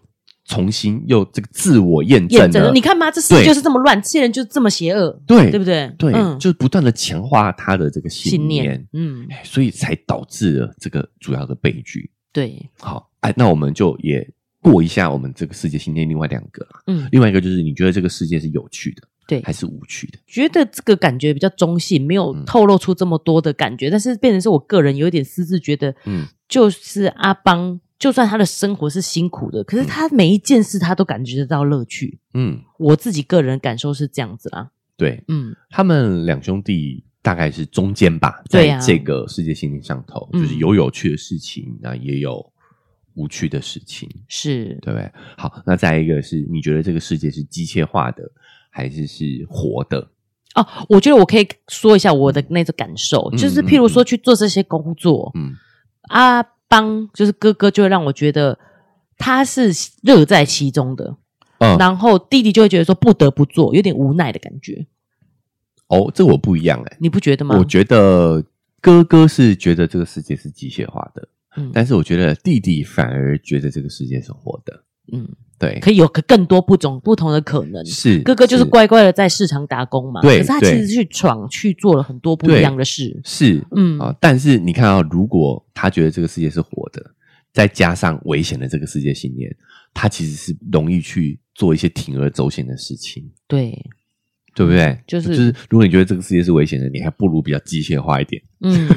S3: 重新又这个自我验证
S2: 验证了。
S3: 了，
S2: 你看嘛，这世界
S3: 对
S2: 就是这么乱，这些人就是这么邪恶，
S3: 对
S2: 对不对？
S3: 对，
S2: 嗯，
S3: 就是不断的强化他的这个
S2: 信
S3: 念
S2: 念，，嗯，
S3: 哎所以才导致了这个主要的悲剧。
S2: 对，
S3: 好，哎，那我们就也过一下我们这个世界信念另外两个啦，
S2: 嗯，
S3: 另外一个就是你觉得这个世界是有趣的，
S2: 对
S3: 还是无趣的？
S2: 觉得这个感觉比较中性，没有
S3: 嗯
S2: 透露出这么多的感觉，但是变成是我个人有一点私自觉得，
S3: 嗯，
S2: 就是阿邦，就算他的生活是辛苦的，可是他每一件事他都感觉得到乐趣。
S3: 嗯，
S2: 我自己个人感受是这样子啦，
S3: 对
S2: 嗯，
S3: 他们两兄弟。大概是中间吧，
S2: 对
S3: 在
S2: 啊
S3: 这个世界信念上头，
S2: 嗯
S3: 就是有有趣的事情，那也有无趣的事情，
S2: 是，
S3: 对不对？好，那再一个是，你觉得这个世界是机械化的，还是是活的？
S2: 哦，我觉得我可以说一下我的那种感受，
S3: 嗯
S2: 就是譬如说去做这些工作，
S3: 嗯，
S2: 阿邦就是哥哥，就会让我觉得他是乐在其中的，
S3: 嗯
S2: 然后弟弟就会觉得说不得不做，有点无奈的感觉，
S3: 哦，这我不一样哎、
S2: 你不觉得吗？
S3: 我觉得哥哥是觉得这个世界是机械化的，
S2: 嗯
S3: 但是我觉得弟弟反而觉得这个世界是活的。
S2: 嗯，
S3: 对，
S2: 可以有更多不种不同的可能。
S3: 是
S2: 哥哥就是乖乖的在市场打工嘛，
S3: 对
S2: 可是他其
S3: 对
S2: 实去闯去做了很多不一样的事，
S3: 是
S2: 嗯
S3: 啊、但是你看啊、如果他觉得这个世界是活的，再加上危险的这个世界信念，他其实是容易去做一些铤而走险的事情。
S2: 对，
S3: 对不对？
S2: 嗯就是
S3: 就是，如果你觉得这个世界是危险的，你还不如比较机械化一点，
S2: 嗯，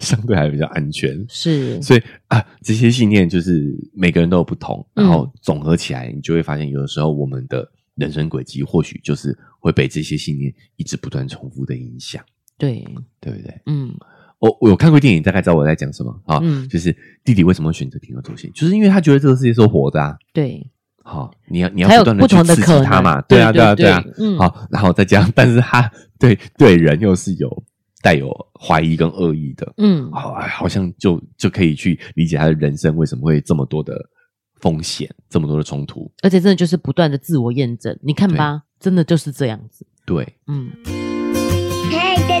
S3: 相对还比较安全。
S2: 是，
S3: 所以啊，这些信念就是每个人都有不同，
S2: 嗯
S3: 然后总合起来，你就会发现，有的时候我们的人生轨迹或许就是会被这些信念一直不断重复的影响，
S2: 对，
S3: 对不对？
S2: 嗯，
S3: 我我有看过电影，大概知道我在讲什么啊，
S2: 嗯
S3: 就是弟弟为什么会选择铤而走险，就是因为他觉得这个世界是活的啊。
S2: 对，
S3: 好、你要你要
S2: 还有
S3: 不断
S2: 不
S3: 的去
S2: 同的
S3: 刺激
S2: 可
S3: 他
S2: 能
S3: 嘛，
S2: 对
S3: 啊，对啊，
S2: 对
S3: 对啊
S2: 对，嗯
S3: 好，然后再加上，但是他对对人又是有带有怀疑跟恶意的，
S2: 嗯，
S3: 好，哎好像就就可以去理解他的人生为什么会这么多的风险，这么多的冲突。
S2: 而且真的就是不断的自我验证，你看吧，真的就是这样子，
S3: 对，
S2: 嗯，
S1: 嗨，大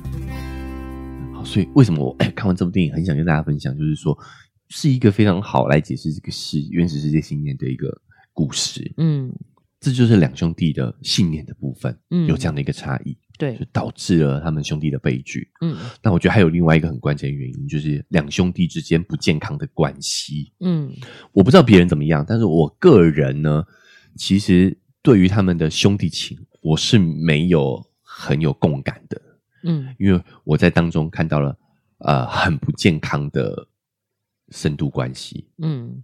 S4: 家。
S3: 好，所以为什么我哎看完这部电影很想跟大家分享，就是说是一个非常好来解释这个世原始世界信念的一个故事。
S2: 嗯
S3: 这就是两兄弟的信念的部分，
S2: 嗯
S3: 有这样的一个差异。就
S2: 对，
S3: 导致了他们兄弟的悲剧。
S2: 嗯
S3: 那我觉得还有另外一个很关键的原因，就是两兄弟之间不健康的关系。
S2: 嗯
S3: 我不知道别人怎么样，但是我个人呢，其实对于他们的兄弟情，我是没有很有共感的，
S2: 嗯，
S3: 因为我在当中看到了呃很不健康的深度关系。
S2: 嗯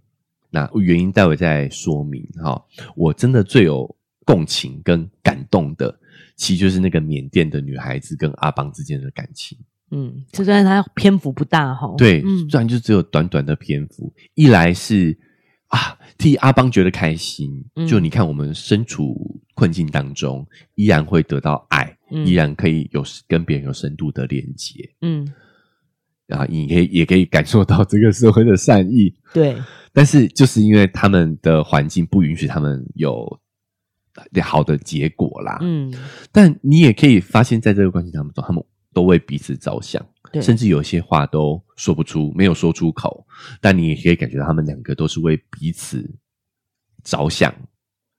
S3: 那原因待会再说明哈、我真的最有共情跟感动的，其实就是那个缅甸的女孩子跟阿邦之间的感情。
S2: 嗯，就算他篇幅不大哈，
S3: 对，
S2: 嗯
S3: 虽然就只有短短的篇幅，一来是啊替阿邦觉得开心，
S2: 嗯
S3: 就你看我们身处困境当中，依然会得到爱，
S2: 嗯
S3: 依然可以有跟别人有深度的连接。
S2: 嗯
S3: 啊，你可以也可以感受到这个社会的善意，
S2: 对，
S3: 但是就是因为他们的环境不允许他们有好的结果啦。
S2: 嗯，
S3: 但你也可以发现，在这个关系当中，他们都为彼此着想，
S2: 对，
S3: 甚至有些话都说不出，没有说出口。但你也可以感觉到，他们两个都是为彼此着想，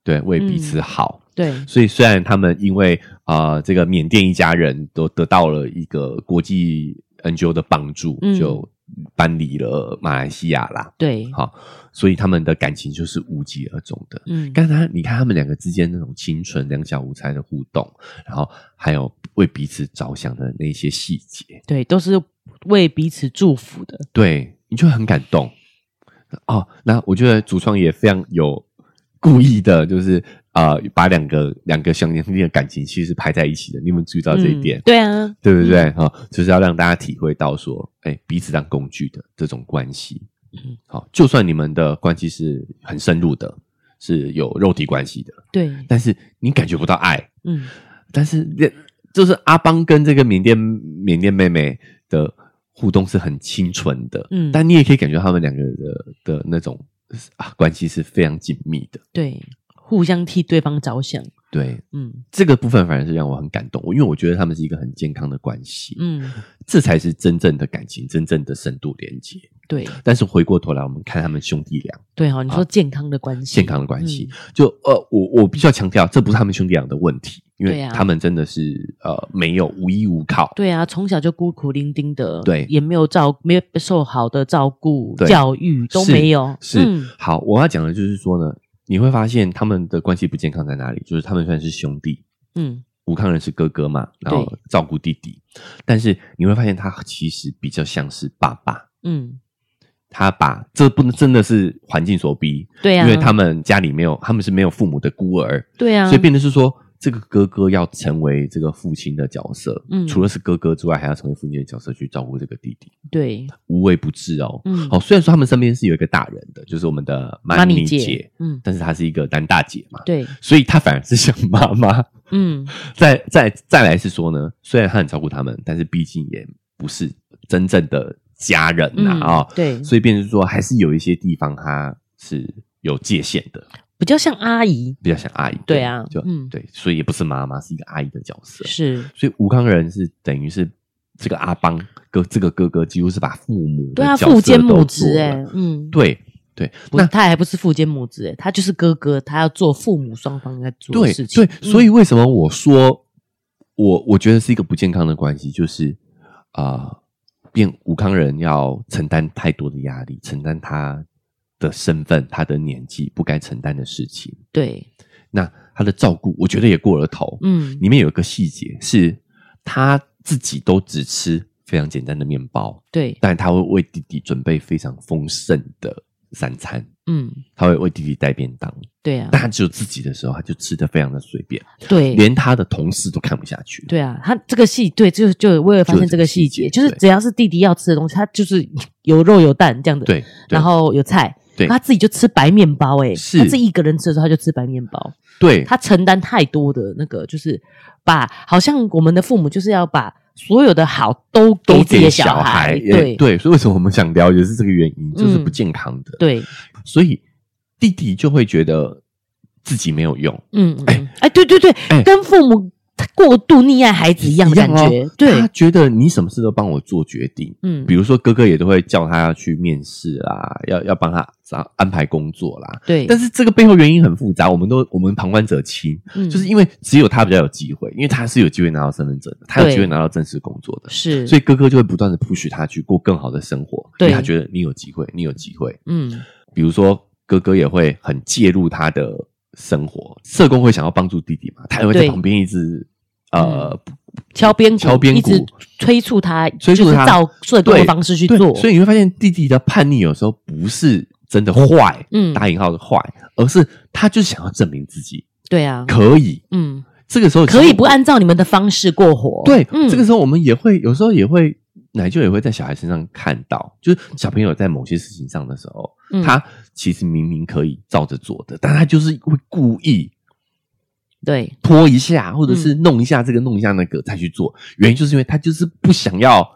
S3: 对，为彼此好。
S2: 对，
S3: 所以，虽然他们因为啊、呃这个缅甸一家人都得到了一个国际 NGO 的帮助，
S2: 嗯
S3: 就搬离了马来西亚啦。
S2: 对，
S3: 好，所以他们的感情就是无疾而终的。
S2: 嗯，
S3: 刚才你看他们两个之间那种清纯、两小无猜的互动，然后还有为彼此着想的那些细节，
S2: 对，都是为彼此祝福的，
S3: 对你就会很感动。哦，那我觉得主创也非常有故意的，就是啊、呃把两个两个相恋的感情其实是排在一起的。你有没有注意到这一
S2: 嗯
S3: 点？
S2: 对啊，
S3: 对不对？哈、就是要让大家体会到说，哎，彼此当工具的这种关系。
S2: 嗯
S3: 好，就算你们的关系是很深入的，是有肉体关系的，
S2: 对，
S3: 但是你感觉不到爱。
S2: 嗯，
S3: 但是这就是阿邦跟这个缅甸缅甸妹妹的互动是很清纯的，
S2: 嗯
S3: 但你也可以感觉他们两个的的那种啊关系是非常紧密的。
S2: 对，互相替对方着想，
S3: 对，
S2: 嗯
S3: 这个部分反而是让我很感动，因为我觉得他们是一个很健康的关系。
S2: 嗯，
S3: 这才是真正的感情，真正的深度连接。
S2: 对
S3: 但是回过头来，我们看他们兄弟俩
S2: 对哈，你说健康的关系，
S3: 健康的关系，
S2: 嗯
S3: 就呃，我我必须要强调，这不是他们兄弟俩的问题，因
S2: 对
S3: 为
S2: 啊
S3: 他们真的是呃没有无依无靠，
S2: 对啊，从小就孤苦伶仃的，
S3: 对
S2: 也没有照没有受好的照顾、
S3: 对
S2: 教育都没有，
S3: 是、
S2: 嗯
S3: 好，我要讲的就是说呢，你会发现他们的关系不健康在哪里，就是他们虽然是兄弟，
S2: 嗯，
S3: 吴康仁是哥哥嘛，然后
S2: 对
S3: 照顾弟弟，但是你会发现他其实比较像是爸爸。
S2: 嗯，
S3: 他把这不能真的是环境所逼，
S2: 对啊，
S3: 因为他们家里没有，他们是没有父母的孤儿，
S2: 对啊，
S3: 所以变成是说，这个哥哥要成为这个父亲的角色，
S2: 嗯
S3: 除了是哥哥之外，还要成为父亲的角色去照顾这个弟弟，
S2: 对，
S3: 无微不至哦。
S2: 嗯
S3: 好、虽然说他们身边是有一个大人的，就是我们的
S2: 妈
S3: 曼
S2: 咪
S3: 妮
S2: 姐，嗯，
S3: 但是她是一个男大姐嘛，
S2: 对，
S3: 所以她反而是像妈妈。
S2: 嗯，
S3: 再再再来是说呢，虽然她很照顾他们，但是毕竟也不是真正的家人呐、
S2: 嗯
S3: 啊、哦，
S2: 对
S3: 所以变成说还是有一些地方她是有界限的。
S2: 比较像阿姨，
S3: 比较像阿姨，
S2: 对啊
S3: 就
S2: 嗯
S3: 对，所以也不是妈妈，是一个阿姨的角色。
S2: 是，
S3: 所以吴康仁是等于是这个阿邦哥，这个哥哥几乎是把父母
S2: 对
S3: 的
S2: 啊，
S3: 角色
S2: 父兼
S3: 都
S2: 母
S3: 做
S2: 职，哎
S3: 了，
S2: 嗯，
S3: 对对，
S2: 不
S3: 那
S2: 他还不是父兼母职，哎，他就是哥哥，他要做父母双方在做的
S3: 对
S2: 事情，嗯
S3: 对，所以为什么我说我我觉得是一个不健康的关系，就是啊，变吴康仁要承担太多的压力，承担他的身份、他的年纪不该承担的事情，
S2: 嗯对，
S3: 那他的照顾，我觉得也过了头，
S2: 嗯，
S3: 里面有一个细节是，他自己都只吃非常简单的面包，
S2: 对，
S3: 但他会为弟弟准备非常丰盛的三餐，
S2: 嗯，
S3: 他会为弟弟带便当。
S2: 对啊，
S3: 但他只有自己的时候，他就吃的非常的随便，
S2: 对，
S3: 连他的同事都看不下去。
S2: 对啊，他这个细对，就就我也发现这个细节，
S3: 嗯
S2: 就是
S3: 就这个细节
S2: 是只要是弟弟要吃的东西，他就是有肉有蛋这样的，，
S3: 对，对
S2: 然后有菜，
S3: 对
S2: 他自己就吃白面包、欸，
S3: 是
S2: 他自己一个人吃的时候他就吃白面包，
S3: 对
S2: 他承担太多的那个，就是把好像我们的父母就是要把所有的好都给
S3: 都
S2: 自己的
S3: 给
S2: 小
S3: 孩，
S2: 对
S3: 也对，所以为什么我们想聊也是这个原因，就是
S2: 嗯
S3: 不健康的。，
S2: 对，
S3: 所以弟弟就会觉得自己没有用，
S2: 嗯，嗯嗯哎，对对对，
S3: 哎
S2: 跟父母过度溺爱孩子一样的感
S3: 哦
S2: 觉，对
S3: 他，觉得你什么事都帮我做决定，
S2: 嗯
S3: 比，如说哥哥也都会叫他要去面试啦，要要帮他安排工作啦。
S2: 对，
S3: 但是这个背后原因很复杂，我们都我们旁观者清，
S2: 嗯
S3: 就是因为只有他比较有机会，因为他是有机会拿到身份证的，他有
S2: 对
S3: 机会拿到正式工作的，
S2: 是，
S3: 所以哥哥就会不断的 push 他去过更好的生活，因
S2: 对
S3: 为他觉得你有机会，你有机会。
S2: 嗯，
S3: 比如说哥哥也会很介入他的生活，社工会想要帮助弟弟嘛，他也会在
S2: 对嗯
S3: 旁边一直呃
S2: 敲边鼓，
S3: 敲边
S2: 一
S3: 鼓
S2: 直催促他，
S3: 催促他
S2: 就是照社工
S3: 对
S2: 的方式去
S3: 对，
S2: 做。
S3: 所以你会发现弟弟的叛逆有时候不是真的坏，
S2: 嗯
S3: 打引号的坏，而是他就是想要证明自己
S2: 对啊，
S3: 可以。
S2: 嗯，
S3: 这个时候其实
S2: 可以不按照你们的方式过活。
S3: 对，
S2: 嗯，
S3: 这个时候我们也会有时候也会奶舅也会在小孩身上看到，就是小朋友在某些事情上的时候，
S2: 嗯
S3: 他其实明明可以照着做的，但他就是会故意。
S2: 对
S3: 拖一下，或者是
S2: 嗯
S3: 弄一下这个，弄一下那个，再去做。原因就是因为他就是不想要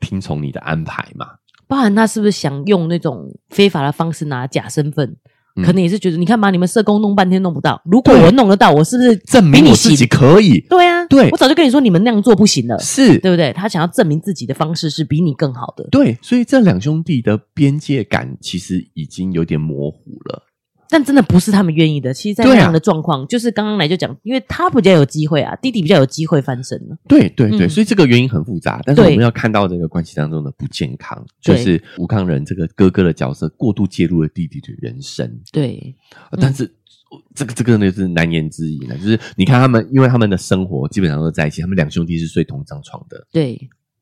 S3: 听从你的安排嘛。
S2: 包含他是不是想用那种非法的方式拿假身份
S3: 嗯
S2: 可能也是觉得，你看嘛，你们社工弄半天弄不到，如果
S3: 对
S2: 我弄得到，我是不是
S3: 证
S2: 比
S3: 明
S2: 你
S3: 我自己
S2: 行
S3: 可以，
S2: 对啊，
S3: 对
S2: 我早就跟你说，你们那样做不行了，
S3: 是
S2: 对不对？他想要证明自己的方式是比你更好的，
S3: 对，所以这两兄弟的边界感其实已经有点模糊了。
S2: 但真的不是他们愿意的。其实，在
S3: 对
S2: 那
S3: 啊
S2: 样的状况，就是刚刚来就讲，因为他比较有机会啊，弟弟比较有机会翻身了。
S3: 对对对，
S2: 嗯
S3: 所以这个原因很复杂，但是我
S2: 对
S3: 们要看到这个关系当中的不健康，就
S2: 对
S3: 是吴康仁这个哥哥的角色过度介入了弟弟的人生，
S2: 对，
S3: 呃但是。这个这个呢是难言之隐了，就是你看他们，因为他们的生活基本上都在一起，他们两兄弟是睡同一张床的，
S2: 对，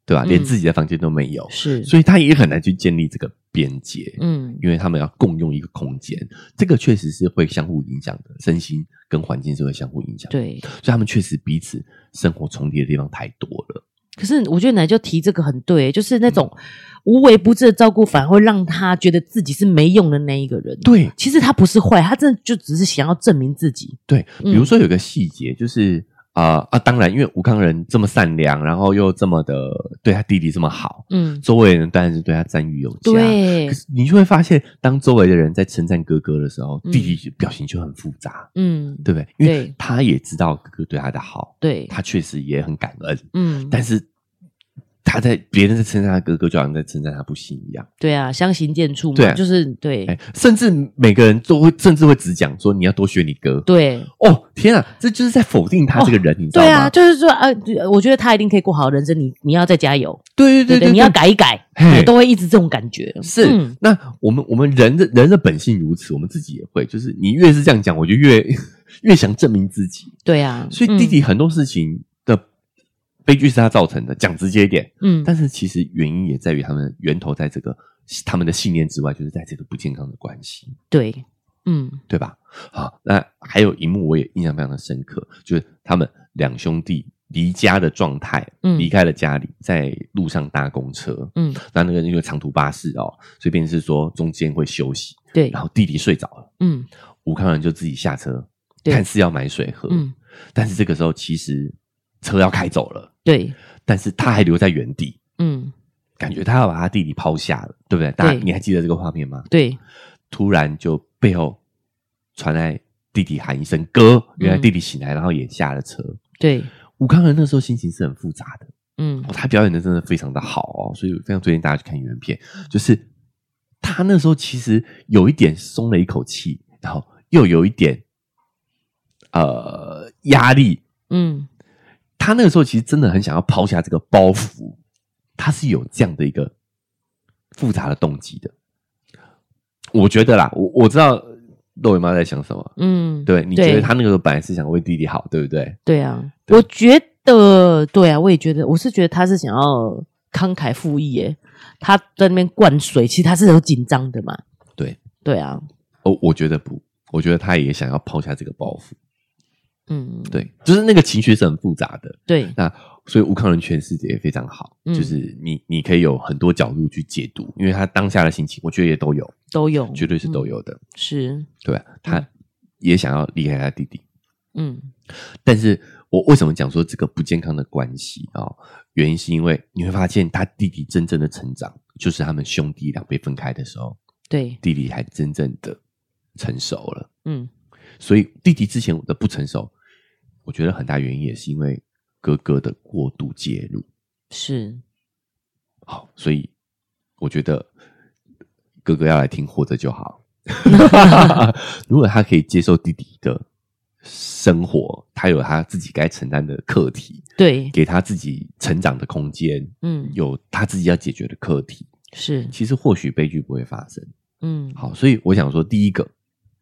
S3: 对吧？
S2: 嗯
S3: 连自己的房间都没有，
S2: 是，
S3: 所以他也很难去建立这个边界。
S2: 嗯，
S3: 因为他们要共用一个空间，这个确实是会相互影响的，身心跟环境是会相互影响。，
S2: 对。
S3: 所以他们确实彼此生活重叠的地方太多了。
S2: 可是我觉得奶就提这个很对，就是那种无微不至的照顾，反而会让他觉得自己是没用的那一个人。，
S3: 对
S2: 其实他不是坏，他真的就只是想要证明自己。
S3: 对，
S2: 嗯
S3: 比如说有个细节就是。啊、啊！当然，因为吴康仁这么善良，然后又这么的对他弟弟这么好，
S2: 嗯，
S3: 周围人当然是对他赞誉有加。，
S2: 对
S3: 可，是你就会发现，当周围的人在称赞哥哥的时候，
S2: 嗯
S3: 弟弟表情就很复杂，
S2: 嗯，
S3: 对不对？因为
S2: 对
S3: 他也知道哥哥对他的好，
S2: 对，
S3: 他确实也很感恩。
S2: 嗯，
S3: 但是他在别人在称赞他哥哥，就好像在称赞他不行一样。
S2: 对啊，相形见绌
S3: 对
S2: 嘛，
S3: 啊
S2: 就是对
S3: 哎、甚至每个人都会，甚至会只讲说你要多学你哥。，
S2: 对
S3: 哦，天啊，这就是在否定他这个人，你知道
S2: 对
S3: 吗？
S2: 啊，就是说呃，我觉得他一定可以过好人生，你你要再加油，
S3: 对
S2: 对
S3: 对
S2: 对，你要改一改，
S3: 嘿
S2: 我都会一直这种感觉。
S3: 是，
S2: 嗯
S3: 那我们我们人的人的本性如此，我们自己也会，就是你越是这样讲，我就越越想证明自己。
S2: 对啊，
S3: 所以弟弟很多事情的悲剧是他造成的，讲直接一点，
S2: 嗯，嗯，
S3: 但是其实原因也在于他们源头在这个他们的信念之外，就是在这个不健康的关系。
S2: 对，嗯
S3: 对吧？好，那还有一幕我也印象非常的深刻，就是他们两兄弟离家的状态，
S2: 嗯
S3: 离开了家里，在路上搭公车，
S2: 嗯，
S3: 那那个那个长途巴士哦，所以便是说中间会休息，
S2: 对，
S3: 然后弟弟睡着了，
S2: 嗯
S3: 吴康仁就自己下车，
S2: 对
S3: 看似要买水喝，
S2: 嗯，
S3: 但是这个时候其实车要开走了，
S2: 对，
S3: 但是他还留在原地。
S2: 嗯
S3: 感觉他要把他弟弟抛下了，对不对？大家
S2: 对
S3: 你还记得这个画面吗？
S2: 对，
S3: 突然就背后传来弟弟喊一声“哥”，原来弟弟醒来，然后也下了车。
S2: 对，
S3: 吴康仁那时候心情是很复杂的，
S2: 嗯
S3: 哦、他表演的真的非常的好哦，所以非常推荐大家去看原片。就是他那时候其实有一点松了一口气，然后又有一点呃压力。
S2: 嗯，
S3: 他那个时候其实真的很想要抛下这个包袱，他是有这样的一个复杂的动机的。我觉得啦，我我知道肉尾妈在想什么，
S2: 嗯，
S3: 对，你觉得他那个时候本来是想为弟弟好，对不对？
S2: 对啊，我觉得对啊，我也觉得，我是觉得他是想要慷慨赴义耶，他在那边灌水，其实他是有紧张的嘛，
S3: 对，
S2: 对啊，
S3: 哦，我觉得不，我觉得他也想要抛下这个包袱，
S2: 嗯，
S3: 对，就是那个情绪是很复杂的。
S2: 对，
S3: 那所以吴康仁诠释的也非常好，
S2: 嗯
S3: 就是你你可以有很多角度去解读，因为他当下的心情，我觉得也都有，
S2: 都有，
S3: 绝对是都
S2: 嗯，
S3: 有的。
S2: 是，
S3: 对，啊他也想要离开他弟弟，
S2: 嗯
S3: 但是我为什么讲说这个不健康的关系啊、哦？原因是因为你会发现，他弟弟真正的成长，就是他们兄弟俩被分开的时候，
S2: 对，
S3: 弟弟才真正的成熟了。
S2: 嗯
S3: 所以弟弟之前的不成熟，我觉得很大原因也是因为哥哥的过度介入。
S2: 是，
S3: 好，所以我觉得哥哥要来听活着就好。 如果他可以接受弟弟的生活，他有他自己该承担的课题，
S2: 对，
S3: 给他自己成长的空间，
S2: 嗯
S3: 有他自己要解决的课题，
S2: 是，
S3: 其实或许悲剧不会发生。
S2: 嗯
S3: 好，所以我想说，第一个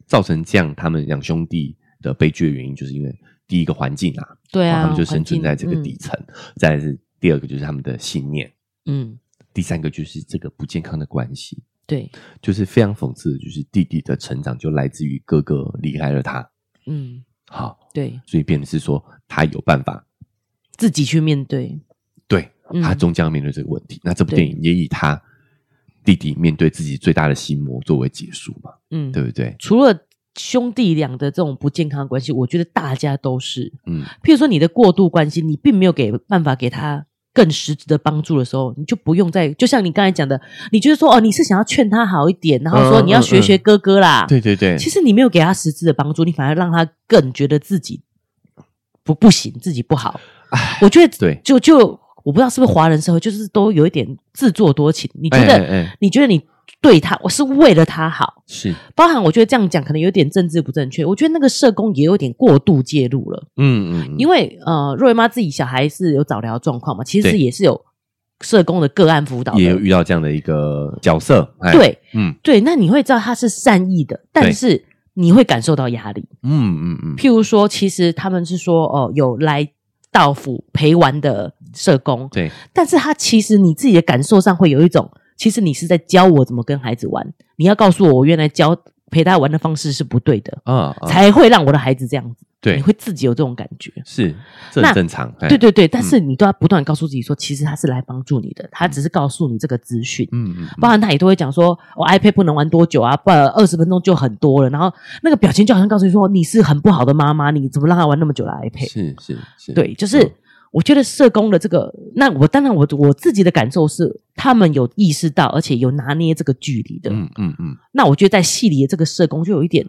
S3: 造成这样他们两兄弟的悲剧的原因，就是因为第一个环境啊，
S2: 对
S3: 然
S2: 啊，
S3: 后他们就生
S2: 环
S3: 存
S2: 境嗯
S3: 在这个底，层；再来是第二个就是他们的信念，
S2: 嗯嗯，
S3: 第三个就是这个不健康的关系，
S2: 对，
S3: 就是非常讽刺的，就是弟弟的成长就来自于哥哥离开了他。
S2: 嗯
S3: 好，
S2: 对，
S3: 所以变的是说他有办法，
S2: 自己去面对，
S3: 对
S2: 嗯
S3: 他终将要面对这个问题。那这部
S2: 对
S3: 电影也以他弟弟面对自己最大的心魔作为结束嘛，
S2: 嗯，
S3: 对不对？
S2: 除了兄弟俩的这种不健康的关系，我觉得大家都是，
S3: 嗯，
S2: 譬如说你的过度关心，你并没有给办法给他更实质的帮助的时候，你就不用再就像你刚才讲的，你就是说哦，你是想要劝他好一点，然后说
S3: 嗯
S2: 你要
S3: 嗯
S2: 学
S3: 嗯
S2: 学哥哥啦，
S3: 对对对，
S2: 其实你没有给他实质的帮助，你反而让他更觉得自己不不行，自己不好。
S3: 唉，
S2: 我觉得
S3: 对
S2: 就就我不知道是不是华人社会，就是都有一点自作多情。你觉得？
S3: 哎哎哎
S2: 你觉得你对他，我是为了他好，
S3: 是，
S2: 包含我觉得这样讲可能有点政治不正确。我觉得那个社工也有点过度介入了，
S3: 嗯嗯，
S2: 因
S3: 为
S2: 为呃，瑞妈自己小孩是有早疗状况嘛，其实是
S3: 对
S2: 也是有社工的个案辅导的，
S3: 也有遇到这样的一个角色，哎，
S2: 对
S3: 嗯
S2: 对，那你会知道他是善意的，但是你会感受到压力。
S3: 嗯嗯嗯，
S2: 譬如说，其实他们是说哦，有来到府陪玩的社工，
S3: 对，
S2: 但是他其实你自己的感受上会有一种，其实你是在教我怎么跟孩子玩，你要告诉我，我原来教陪他玩的方式是不对的，
S3: 啊，啊
S2: 才会让我的孩子这样子。你
S3: 对，
S2: 会自己有这种感觉。
S3: 是，这
S2: 那
S3: 很正常，哎
S2: 对，对对，但是你都要不断地告诉自己说，其实他是来帮助你的，他只是告诉你这个资讯。
S3: 嗯嗯，嗯
S2: 包含他也都会讲说，我、iPad 不能玩多久啊，不然二十分钟就很多了。然后那个表情就好像告诉你说，你是很不好的妈妈，你怎么让他玩那么久的 iPad？
S3: 是是是，
S2: 对，就是、
S3: 嗯
S2: 我觉得社工的这个，那我当然我我自己的感受是，他们有意识到，而且有拿捏这个距离的。
S3: 嗯嗯嗯，
S2: 那我觉得在戏里的这个社工就有一点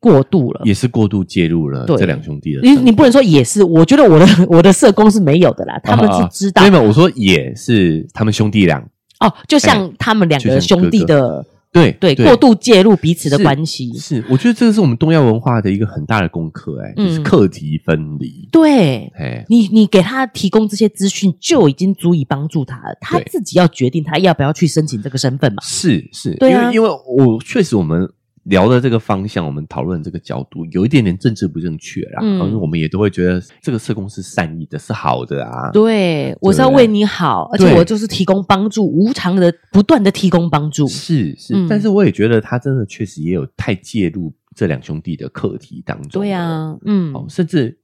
S2: 过度了。
S3: 也是过度介入了
S2: 呃对
S3: 这两兄弟的
S2: 你
S3: 生活，
S2: 你不能说也是，我觉得我的我的社工是没有的啦，他们
S3: 啊啊
S2: 是
S3: 啊
S2: 知道
S3: 没有，没有我说也是他们兄弟俩，
S2: 哦，就像他们两
S3: 哎就
S2: 个
S3: 像哥
S2: 兄弟
S3: 哥
S2: 的
S3: 对
S2: 对过度介入彼此的
S3: 是
S2: 关系，
S3: 是，我觉得这个是我们东亚文化的一个很大的功课，哎，就是
S2: 嗯
S3: 课题分离，
S2: 对，
S3: 哎，
S2: 你你给他提供这些资讯就已经足以帮助他了，他
S3: 对
S2: 自己要决定他要不要去申请这个身份嘛。
S3: 是是，
S2: 对
S3: 因
S2: 啊
S3: 为因为我确实我们聊的这个方向，我们讨论这个角度有一点点政治不正确啦，
S2: 嗯
S3: 嗯，我们也都会觉得这个社工是善意的，是好的啊，
S2: 对，我是要
S3: 对
S2: 为你好，而
S3: 对
S2: 且我就是提供帮助，无偿的不断的提供帮助。
S3: 是是，
S2: 嗯
S3: 但是我也觉得他真的确实也有太介入这两兄弟的课题当中，
S2: 对呀、
S3: 啊，
S2: 啊，嗯，
S3: 哦，甚至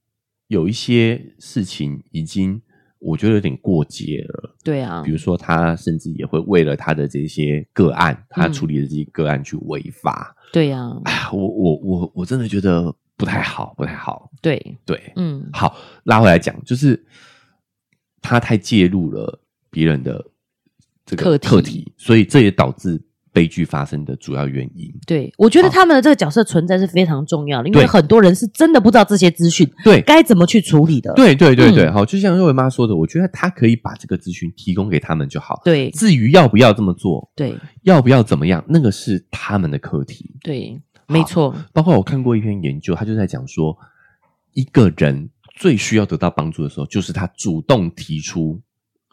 S3: 有一些事情已经我觉得有点过节了。
S2: 对啊
S3: 比，如说，他甚至也会为了他的这些个案，他
S2: 嗯
S3: 处理的这些个案去违法。
S2: 对呀、啊，
S3: 哎呀，我我我我真的觉得不太好，不太好。
S2: 对，
S3: 对，
S2: 嗯，
S3: 好，拉回来讲，就是他太介入了别人的这个
S2: 课题
S3: 课题，所以这也导致悲剧发生的主要原 因。
S2: 对，我觉得
S3: 好
S2: 他们的这个角色存在是非常重要的，因为
S3: 对
S2: 很多人是真的不知道这些资讯
S3: 对，
S2: 该怎么去处理的。
S3: 对对对
S2: 嗯
S3: 对，好，就像瑞文妈说的，我觉得他可以把这个资讯提供给他们就好。
S2: 对
S3: 至于要不要这么做，
S2: 对
S3: 要不要怎么样，那个是他们的课题。
S2: 对，没错，
S3: 包括我看过一篇研究，他就在讲说，一个人最需要得到帮助的时候，就是他主动提出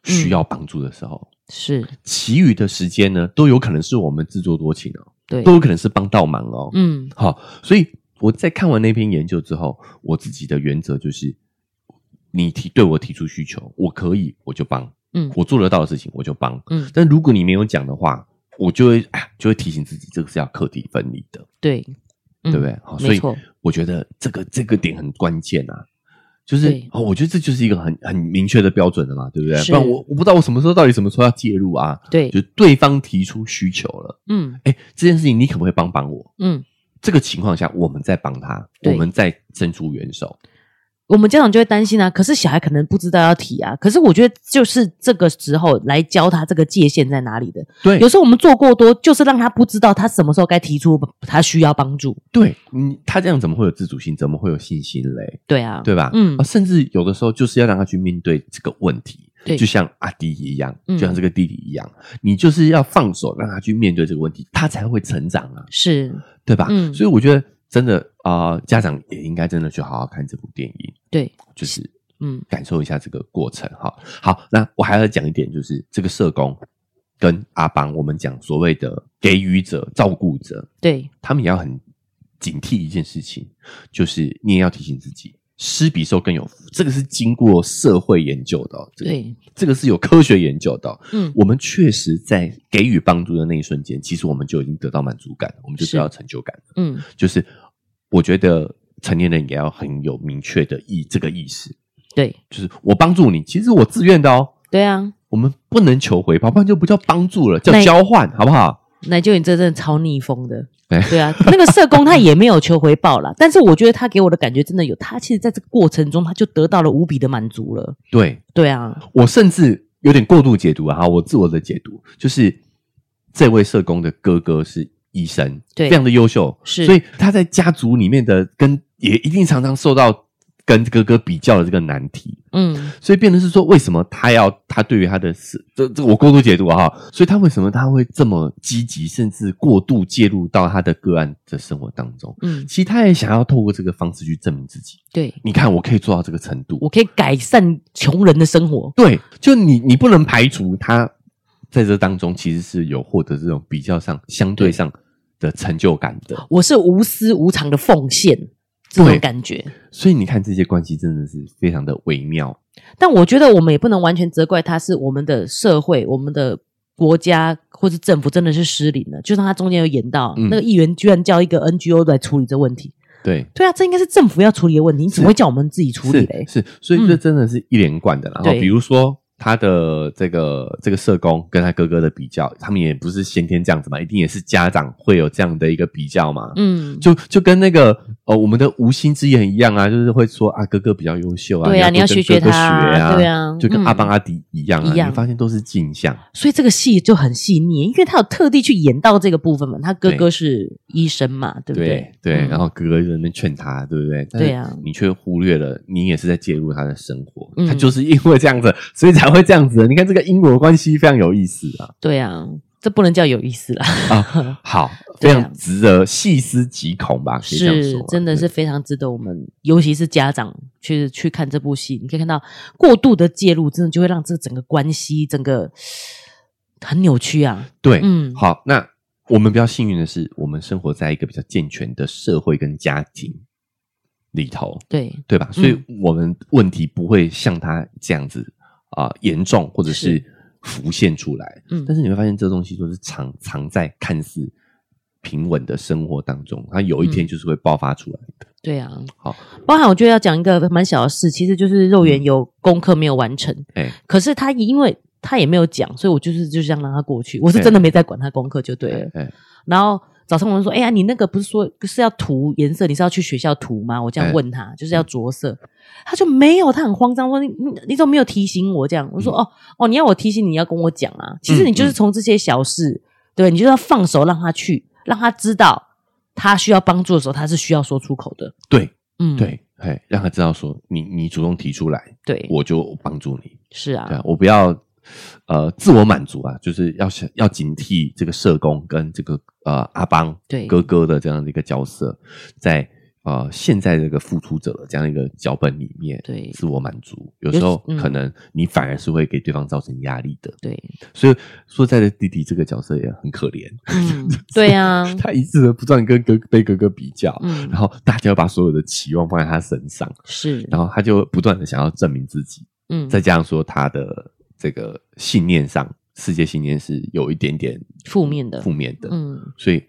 S3: 需要帮助的时候。
S2: 是
S3: 其余的时间呢，都有可能是我们自作多情哦，
S2: 对，
S3: 都有可能是帮倒忙哦。
S2: 嗯
S3: 好，所以我在看完那篇研究之后，我自己的原则就是，你提对我提出需求，我可以我就帮，
S2: 嗯
S3: 我做得到的事情我就帮。
S2: 嗯，
S3: 但如果你没有讲的话，我就会哎，就会提醒自己，这个是要课题分离的，
S2: 对，嗯
S3: 对不对？好，所
S2: 没
S3: 以
S2: 错，
S3: 我觉得这个这个点很关键啊。就是
S2: 对
S3: 哦，我觉得这就是一个很很明确的标准了嘛，对不对？
S2: 是
S3: 不然我我不知道我什么时候到底什么时候要介入啊。
S2: 对
S3: 就，对方提出需求了，
S2: 嗯
S3: 哎，这件事情你可不可以帮帮我？
S2: 嗯。
S3: 这个情况下，我们在帮他，
S2: 对
S3: 我们在伸出援手。
S2: 我们家长就会担心啊，可是小孩可能不知道要提啊。可是我觉得就是这个时候来教他这个界限在哪里的。
S3: 对
S2: 有时候我们做过多，就是让他不知道他什么时候该提出他需要帮助。
S3: 对，嗯，他这样怎么会有自主性？怎么会有信心嘞？
S2: 对啊，
S3: 对吧？
S2: 嗯
S3: 啊，甚至有的时候就是要让他去面对这个问题。
S2: 对
S3: 就像阿迪一样，
S2: 嗯
S3: 就像这个弟弟一样，你就是要放手让他去面对这个问题，他才会成长啊，
S2: 是，
S3: 对吧？
S2: 嗯
S3: 所以我觉得真的啊、呃家长也应该真的去好好看这部电影，
S2: 对，
S3: 就是
S2: 嗯
S3: 感受一下这个过程哈。好，那我还要讲一点，就是这个社工跟阿邦，我们讲所谓的给予者、照顾者，
S2: 对，
S3: 他们也要很警惕一件事情，就是你也要提醒自己，施比受更有福。这个是经过社会研究的、哦，这个
S2: 对，
S3: 这个是有科学研究的哦、
S2: 嗯
S3: 我们确实在给予帮助的那一瞬间，其实我们就已经得到满足感，我们就得到成就感。
S2: 嗯，
S3: 就是我觉得成年人也要很有明确的意这个意识，
S2: 对，
S3: 就是我帮助你，其实我自愿的哦。
S2: 对啊。
S3: 我们不能求回报，不然就不叫帮助了，叫
S2: 那
S3: 交换，好不好？
S2: 奶舅，你这真的超逆风的，
S3: 哎
S2: 对啊，那个社工他也没有求回报啦，但是我觉得他给我的感觉真的有，他其实在这个过程中他就得到了无比的满足了。
S3: 对
S2: 对啊，
S3: 我甚至有点过度解读啊，哈我自我的解读就是这位社工的哥哥是医生，
S2: 对
S3: 非常的优秀，
S2: 是
S3: 所以他在家族里面的跟也一定常常受到跟哥哥比较的这个难题，
S2: 嗯，
S3: 所以变成是说，为什么他要他对于他的事，这这我过度解读啊哈，所以他为什么他会这么积极，甚至过度介入到他的个案的生活当中？
S2: 嗯，
S3: 其实他也想要透过这个方式去证明自己，
S2: 对，
S3: 你看我可以做到这个程度，
S2: 我可以改善穷人的生活。
S3: 对，就你你不能排除他在这当中其实是有获得这种比较上相对上的成就感的，
S2: 我是无私无偿的奉献这种
S3: 对
S2: 感觉。
S3: 所以你看这些关系真的是非常的微妙，
S2: 但我觉得我们也不能完全责怪他，是我们的社会、我们的国家或是政府真的是失灵了。就像他中间有演到、
S3: 嗯
S2: 那个议员居然叫一个 NGO 来处理这问题，
S3: 对。
S2: 对啊，这应该是政府要处理的问题，你怎么会叫我们自己处理嘞？
S3: 是是，所以这真的是一连贯的啦。然后
S2: 对
S3: 比如说他的这个这个社工跟他哥哥的比较，他们也不是先天这样子嘛，一定也是家长会有这样的一个比较嘛。
S2: 嗯，
S3: 就就跟那个呃，我们的无心之言一样啊，就是会说啊，哥哥比较优秀啊，
S2: 对啊你
S3: 你多
S2: 要
S3: 跟
S2: 学
S3: 哥哥
S2: 学他啊
S3: 学啊，
S2: 对啊
S3: 就
S2: 嗯
S3: 跟阿邦阿迪一样啊，
S2: 一样
S3: 你发现都是镜像，
S2: 所以这个戏就很细腻，因为他有特地去演到这个部分嘛。他哥哥
S3: 对
S2: 是医生嘛，对不嗯
S3: 对对，然后哥哥就在那边劝他，对不对？但是
S2: 对啊
S3: 你却忽略了，你也是在介入他的生活，
S2: 嗯
S3: 他就是因为这样子， 所以才会这样子的。你看这个因果关系非常有意思啊。
S2: 对啊，这不能叫有意思啦，
S3: 啊，好，
S2: 对
S3: 非
S2: 啊
S3: 常值得细思极恐吧？可以这样
S2: 是
S3: 说啊吧
S2: 真的是
S3: 对
S2: 非常值得我们，尤其是家长去去看这部戏，你可以看到过度的介入，真的就会让这整个关系整个很扭曲啊。
S3: 对，
S2: 嗯
S3: 好，那我们比较幸运的是，我们生活在一个比较健全的社会跟家庭里头，
S2: 对，
S3: 对吧？所以
S2: 嗯
S3: 我们问题不会像他这样子啊、严重，或者是浮现出来。
S2: 嗯
S3: 但，是你会发现，这东西都是藏藏在看似平稳的生活当中，它有一天
S2: 嗯
S3: 就是会爆发出来的。
S2: 对啊。
S3: 好，嗯
S2: 包含我觉得要讲一个蛮小的事，其实就是肉圆有功课没有完成，
S3: 哎、
S2: 可是他因为他也没有讲，所以我就是就这样让他过去，我是真的没在管他功课就对了。
S3: 哎、
S2: 然后早上我就说：“哎呀，你那个不是说是要涂颜色，你是要去学校涂吗？”我这
S3: 哎
S2: 样问他，就是要着色，他就没有，他很慌张，说：“你你你怎么没有提醒我？”这样我说：“
S3: 嗯
S2: 哦哦，你要我提醒你，你要跟我讲啊。其实你就是从这些小事，对，你就要放手让他去，让他知道他需要帮助的时候，他是需要说出口的。
S3: 对
S2: 嗯，
S3: 对，哎、让他知道说，你你主动提出来，
S2: 对，
S3: 我就帮助你。
S2: 是啊，
S3: 对啊，我不要呃自我满足啊，就是要想要警惕这个社工跟这个呃阿邦
S2: 对
S3: 哥哥的这样的一个角色，在呃现在这个付出者的这样一个脚本里面，
S2: 对
S3: 自我满足，有
S2: 尤
S3: 时候
S2: 其嗯
S3: 可能你反而是会给对方造成压力的。
S2: 对，
S3: 所以说，在的弟弟这个角色也很可怜，
S2: 嗯，对 啊，
S3: 他一直的不断跟哥被哥哥比较。
S2: 嗯
S3: 然，后大家把所有的期望放在他身上，
S2: 是，
S3: 然后他就不断的想要证明自己，
S2: 嗯，
S3: 再加上说他的这个信念上，世界信念是有一点点
S2: 负面的
S3: 负面的，
S2: 嗯，
S3: 所以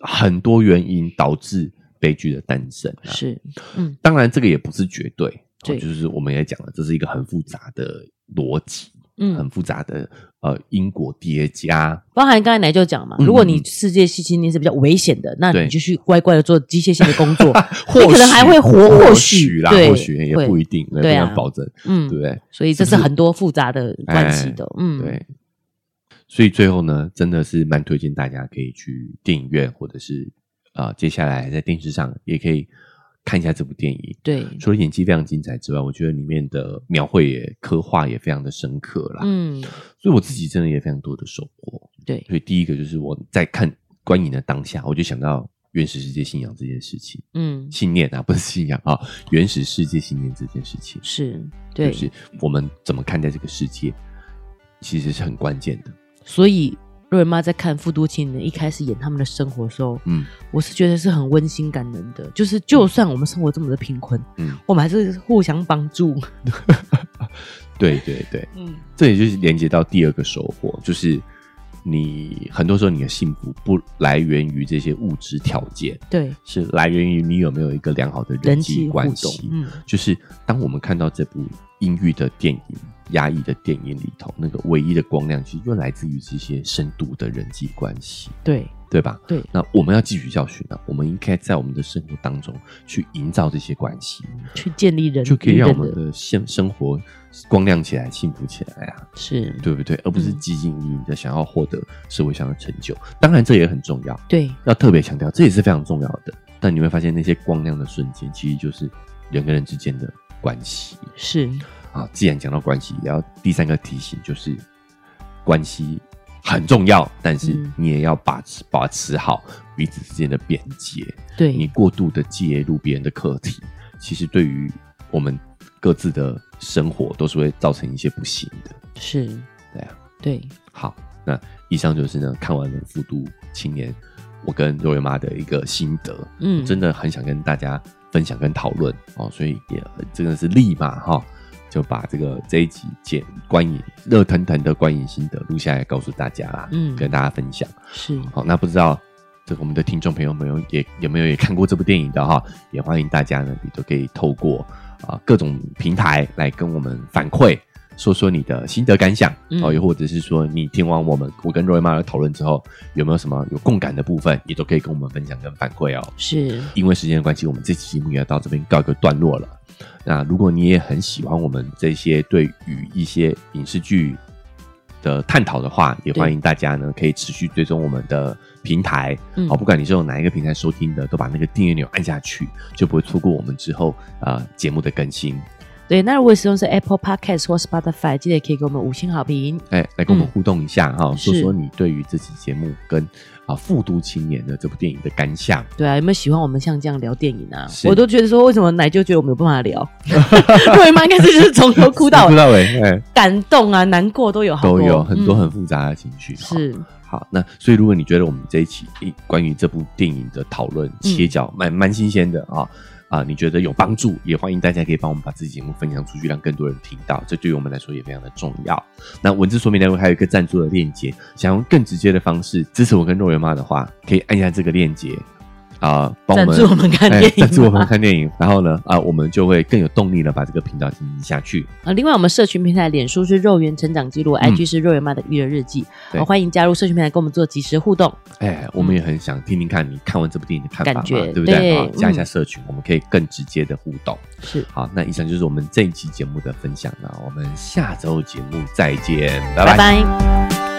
S3: 很多原因导致悲剧的诞生、啊。，
S2: 是，
S3: 当然这个也不是绝对，哦
S2: 对
S3: 就是我们也讲了，这是一个很复杂的逻辑，
S2: 嗯，
S3: 很复杂的呃因果叠加，
S2: 包含刚才奶就讲嘛，
S3: 嗯
S2: 如果你世界系心念是比较危险的，那
S3: 对
S2: 你就去乖乖的做机械性的工作。
S3: 或
S2: 可能还会活
S3: 或
S2: 或
S3: 许
S2: 许
S3: 啦，
S2: 对
S3: 或许也
S2: 会
S3: 不一定，也不
S2: 对啊
S3: 敢保证，
S2: 嗯
S3: 对，不对？
S2: 所以这是很多复杂的关系的。嗯，
S3: 对，所以最后呢，真的是蛮推荐大家可以去电影院，或者是啊、呃接下来在电视上也可以看一下这部电影。
S2: 对，
S3: 除了演技非常精彩之外，我觉得里面的描绘也刻画也非常的深刻啦。
S2: 嗯，
S3: 所以我自己真的也非常多的收获。
S2: 对，
S3: 所以第一个就是我在看观影的当下，我就想到原始世界信仰这件事情，
S2: 嗯，
S3: 信念啊，不是信仰啊，原始世界信念这件事情，
S2: 是，
S3: 就
S2: 对，
S3: 是我们怎么看待这个世界，其实是很关键的。
S2: 所以。瑞文妈在看《复读青年》一开始演他们的生活的时候，
S3: 嗯
S2: 我是觉得是很温馨感人的。就是就算我们生活这么的贫困，
S3: 嗯，
S2: 我们还是互相帮助。
S3: 对对对，
S2: 嗯，
S3: 这也就是连接到第二个收获，就是你很多时候你的幸福不来源于这些物质条件，
S2: 对，
S3: 是来源于你有没有一个良好的人
S2: 人
S3: 际
S2: 际互
S3: 关
S2: 动
S3: 系。，
S2: 嗯，
S3: 就是当我们看到这部阴郁的电影、压抑的电影里头，那个唯一的光亮，其实就来自于这些深度的人际关系，
S2: 对
S3: 对吧？
S2: 对
S3: 那我们要汲取教训啊，我们应该在我们的生活当中去营造这些关系，
S2: 去建立人
S3: 就可以让我
S2: 与
S3: 们
S2: 人
S3: 的生生活光亮起来、幸福起来啊。
S2: 是
S3: 对不对？而不是
S2: 嗯
S3: 积极营的想要获得社会上的成就。当然，这也很重要，
S2: 对
S3: 要特别强调，这也是非常重要的。但你会发现，那些光亮的瞬间，其实就是人跟人之间的关系
S2: 是
S3: 啊。既然讲到关系，也要第三个提醒就是，关系很重要，但是
S2: 嗯
S3: 你也要把持把持好彼此之间的边界。你
S2: 对
S3: 过度的介入别人的课题，其实对于我们各自的生活都是会造成一些不幸的。
S2: 是，
S3: 对啊。
S2: 对
S3: 好，那以上就是呢，看完了《复读青年》，我跟若瑞妈的一个心得，
S2: 嗯
S3: 真的很想跟大家分享跟讨论哦，所以也真的是立马哈、就把这个这一集解观影热腾腾的观影心得录下来，告诉大家啦，
S2: 嗯
S3: 跟大家分享。
S2: 是
S3: 好，那不知道这个我们的听众朋友们有也有没有也看过这部电影的哈？也欢迎大家呢，你都可以透过啊、各种平台来跟我们反馈，说说你的心得感想，
S2: 嗯
S3: 哦，又或者是说你听完我们我跟若瑞妈的讨论之后，有没有什么有共感的部分，也都可以跟我们分享跟反馈哦。
S2: 是
S3: 因为时间的关系，我们这期节目也要到这边告一个段落了。那如果你也很喜欢我们这些对于一些影视剧的探讨的话，也欢迎大家呢可以持续追踪我们的平台，
S2: 嗯
S3: 好，不管你是用哪一个平台收听的，都把那个订阅钮按下去，就不会错过我们之后呃节目的更新。
S2: 对。那如果使用是 Apple Podcast 或 Spotify，记得可以给我们五星好评。
S3: 哎，来跟我们
S2: 嗯
S3: 互动一下哈，
S2: 是
S3: 说说你对于这期节目跟啊《复读青年》的这部电影的感想。
S2: 对啊，有没有喜欢我们像这样聊电影啊？
S3: 是
S2: 我都觉得说，为什么奶就觉得我们有办法 聊？瑞妈应该是就是从头哭到
S3: 不
S2: 尾，
S3: 到尾，哎，
S2: 感动啊、难过都有好多，
S3: 都有很多
S2: 嗯
S3: 很复杂的情绪。哈
S2: 是
S3: 好，那所以如果你觉得我们这一期一关于这部电影的讨论
S2: 嗯
S3: 切角蛮蛮新鲜的啊啊，你觉得有帮助，也欢迎大家可以帮我们把自己节目分享出去，让更多人听到，这对于我们来说也非常的重要。那文字说明当中还有一个赞助的链接，想用更直接的方式支持我跟肉圆妈的话，可以按一下这个链接啊，帮我
S2: 赞
S3: 们
S2: 助我们看电
S3: 哎赞助我
S2: 影
S3: 们
S2: 嘛。
S3: 看电影，然后呢啊，我们就会更有动力了，把这个频道进行下去。
S2: 啊，另外我们社群平台，脸书是肉圆成长记录，IG 是肉圆妈的育儿日记，
S3: 嗯对
S2: 哦欢迎加入社群平台跟我们做及时互动。
S3: 哎，我们也很想听听看你看完这部电影的看法嘛，
S2: 感觉
S3: 对不对？
S2: 对
S3: 好，加一下
S2: 嗯
S3: 社群，我们可以更直接的互动。
S2: 是，
S3: 好，那以上就是我们这一期节目的分享了，我们下周节目再见，拜
S2: 拜
S3: 拜
S2: 拜。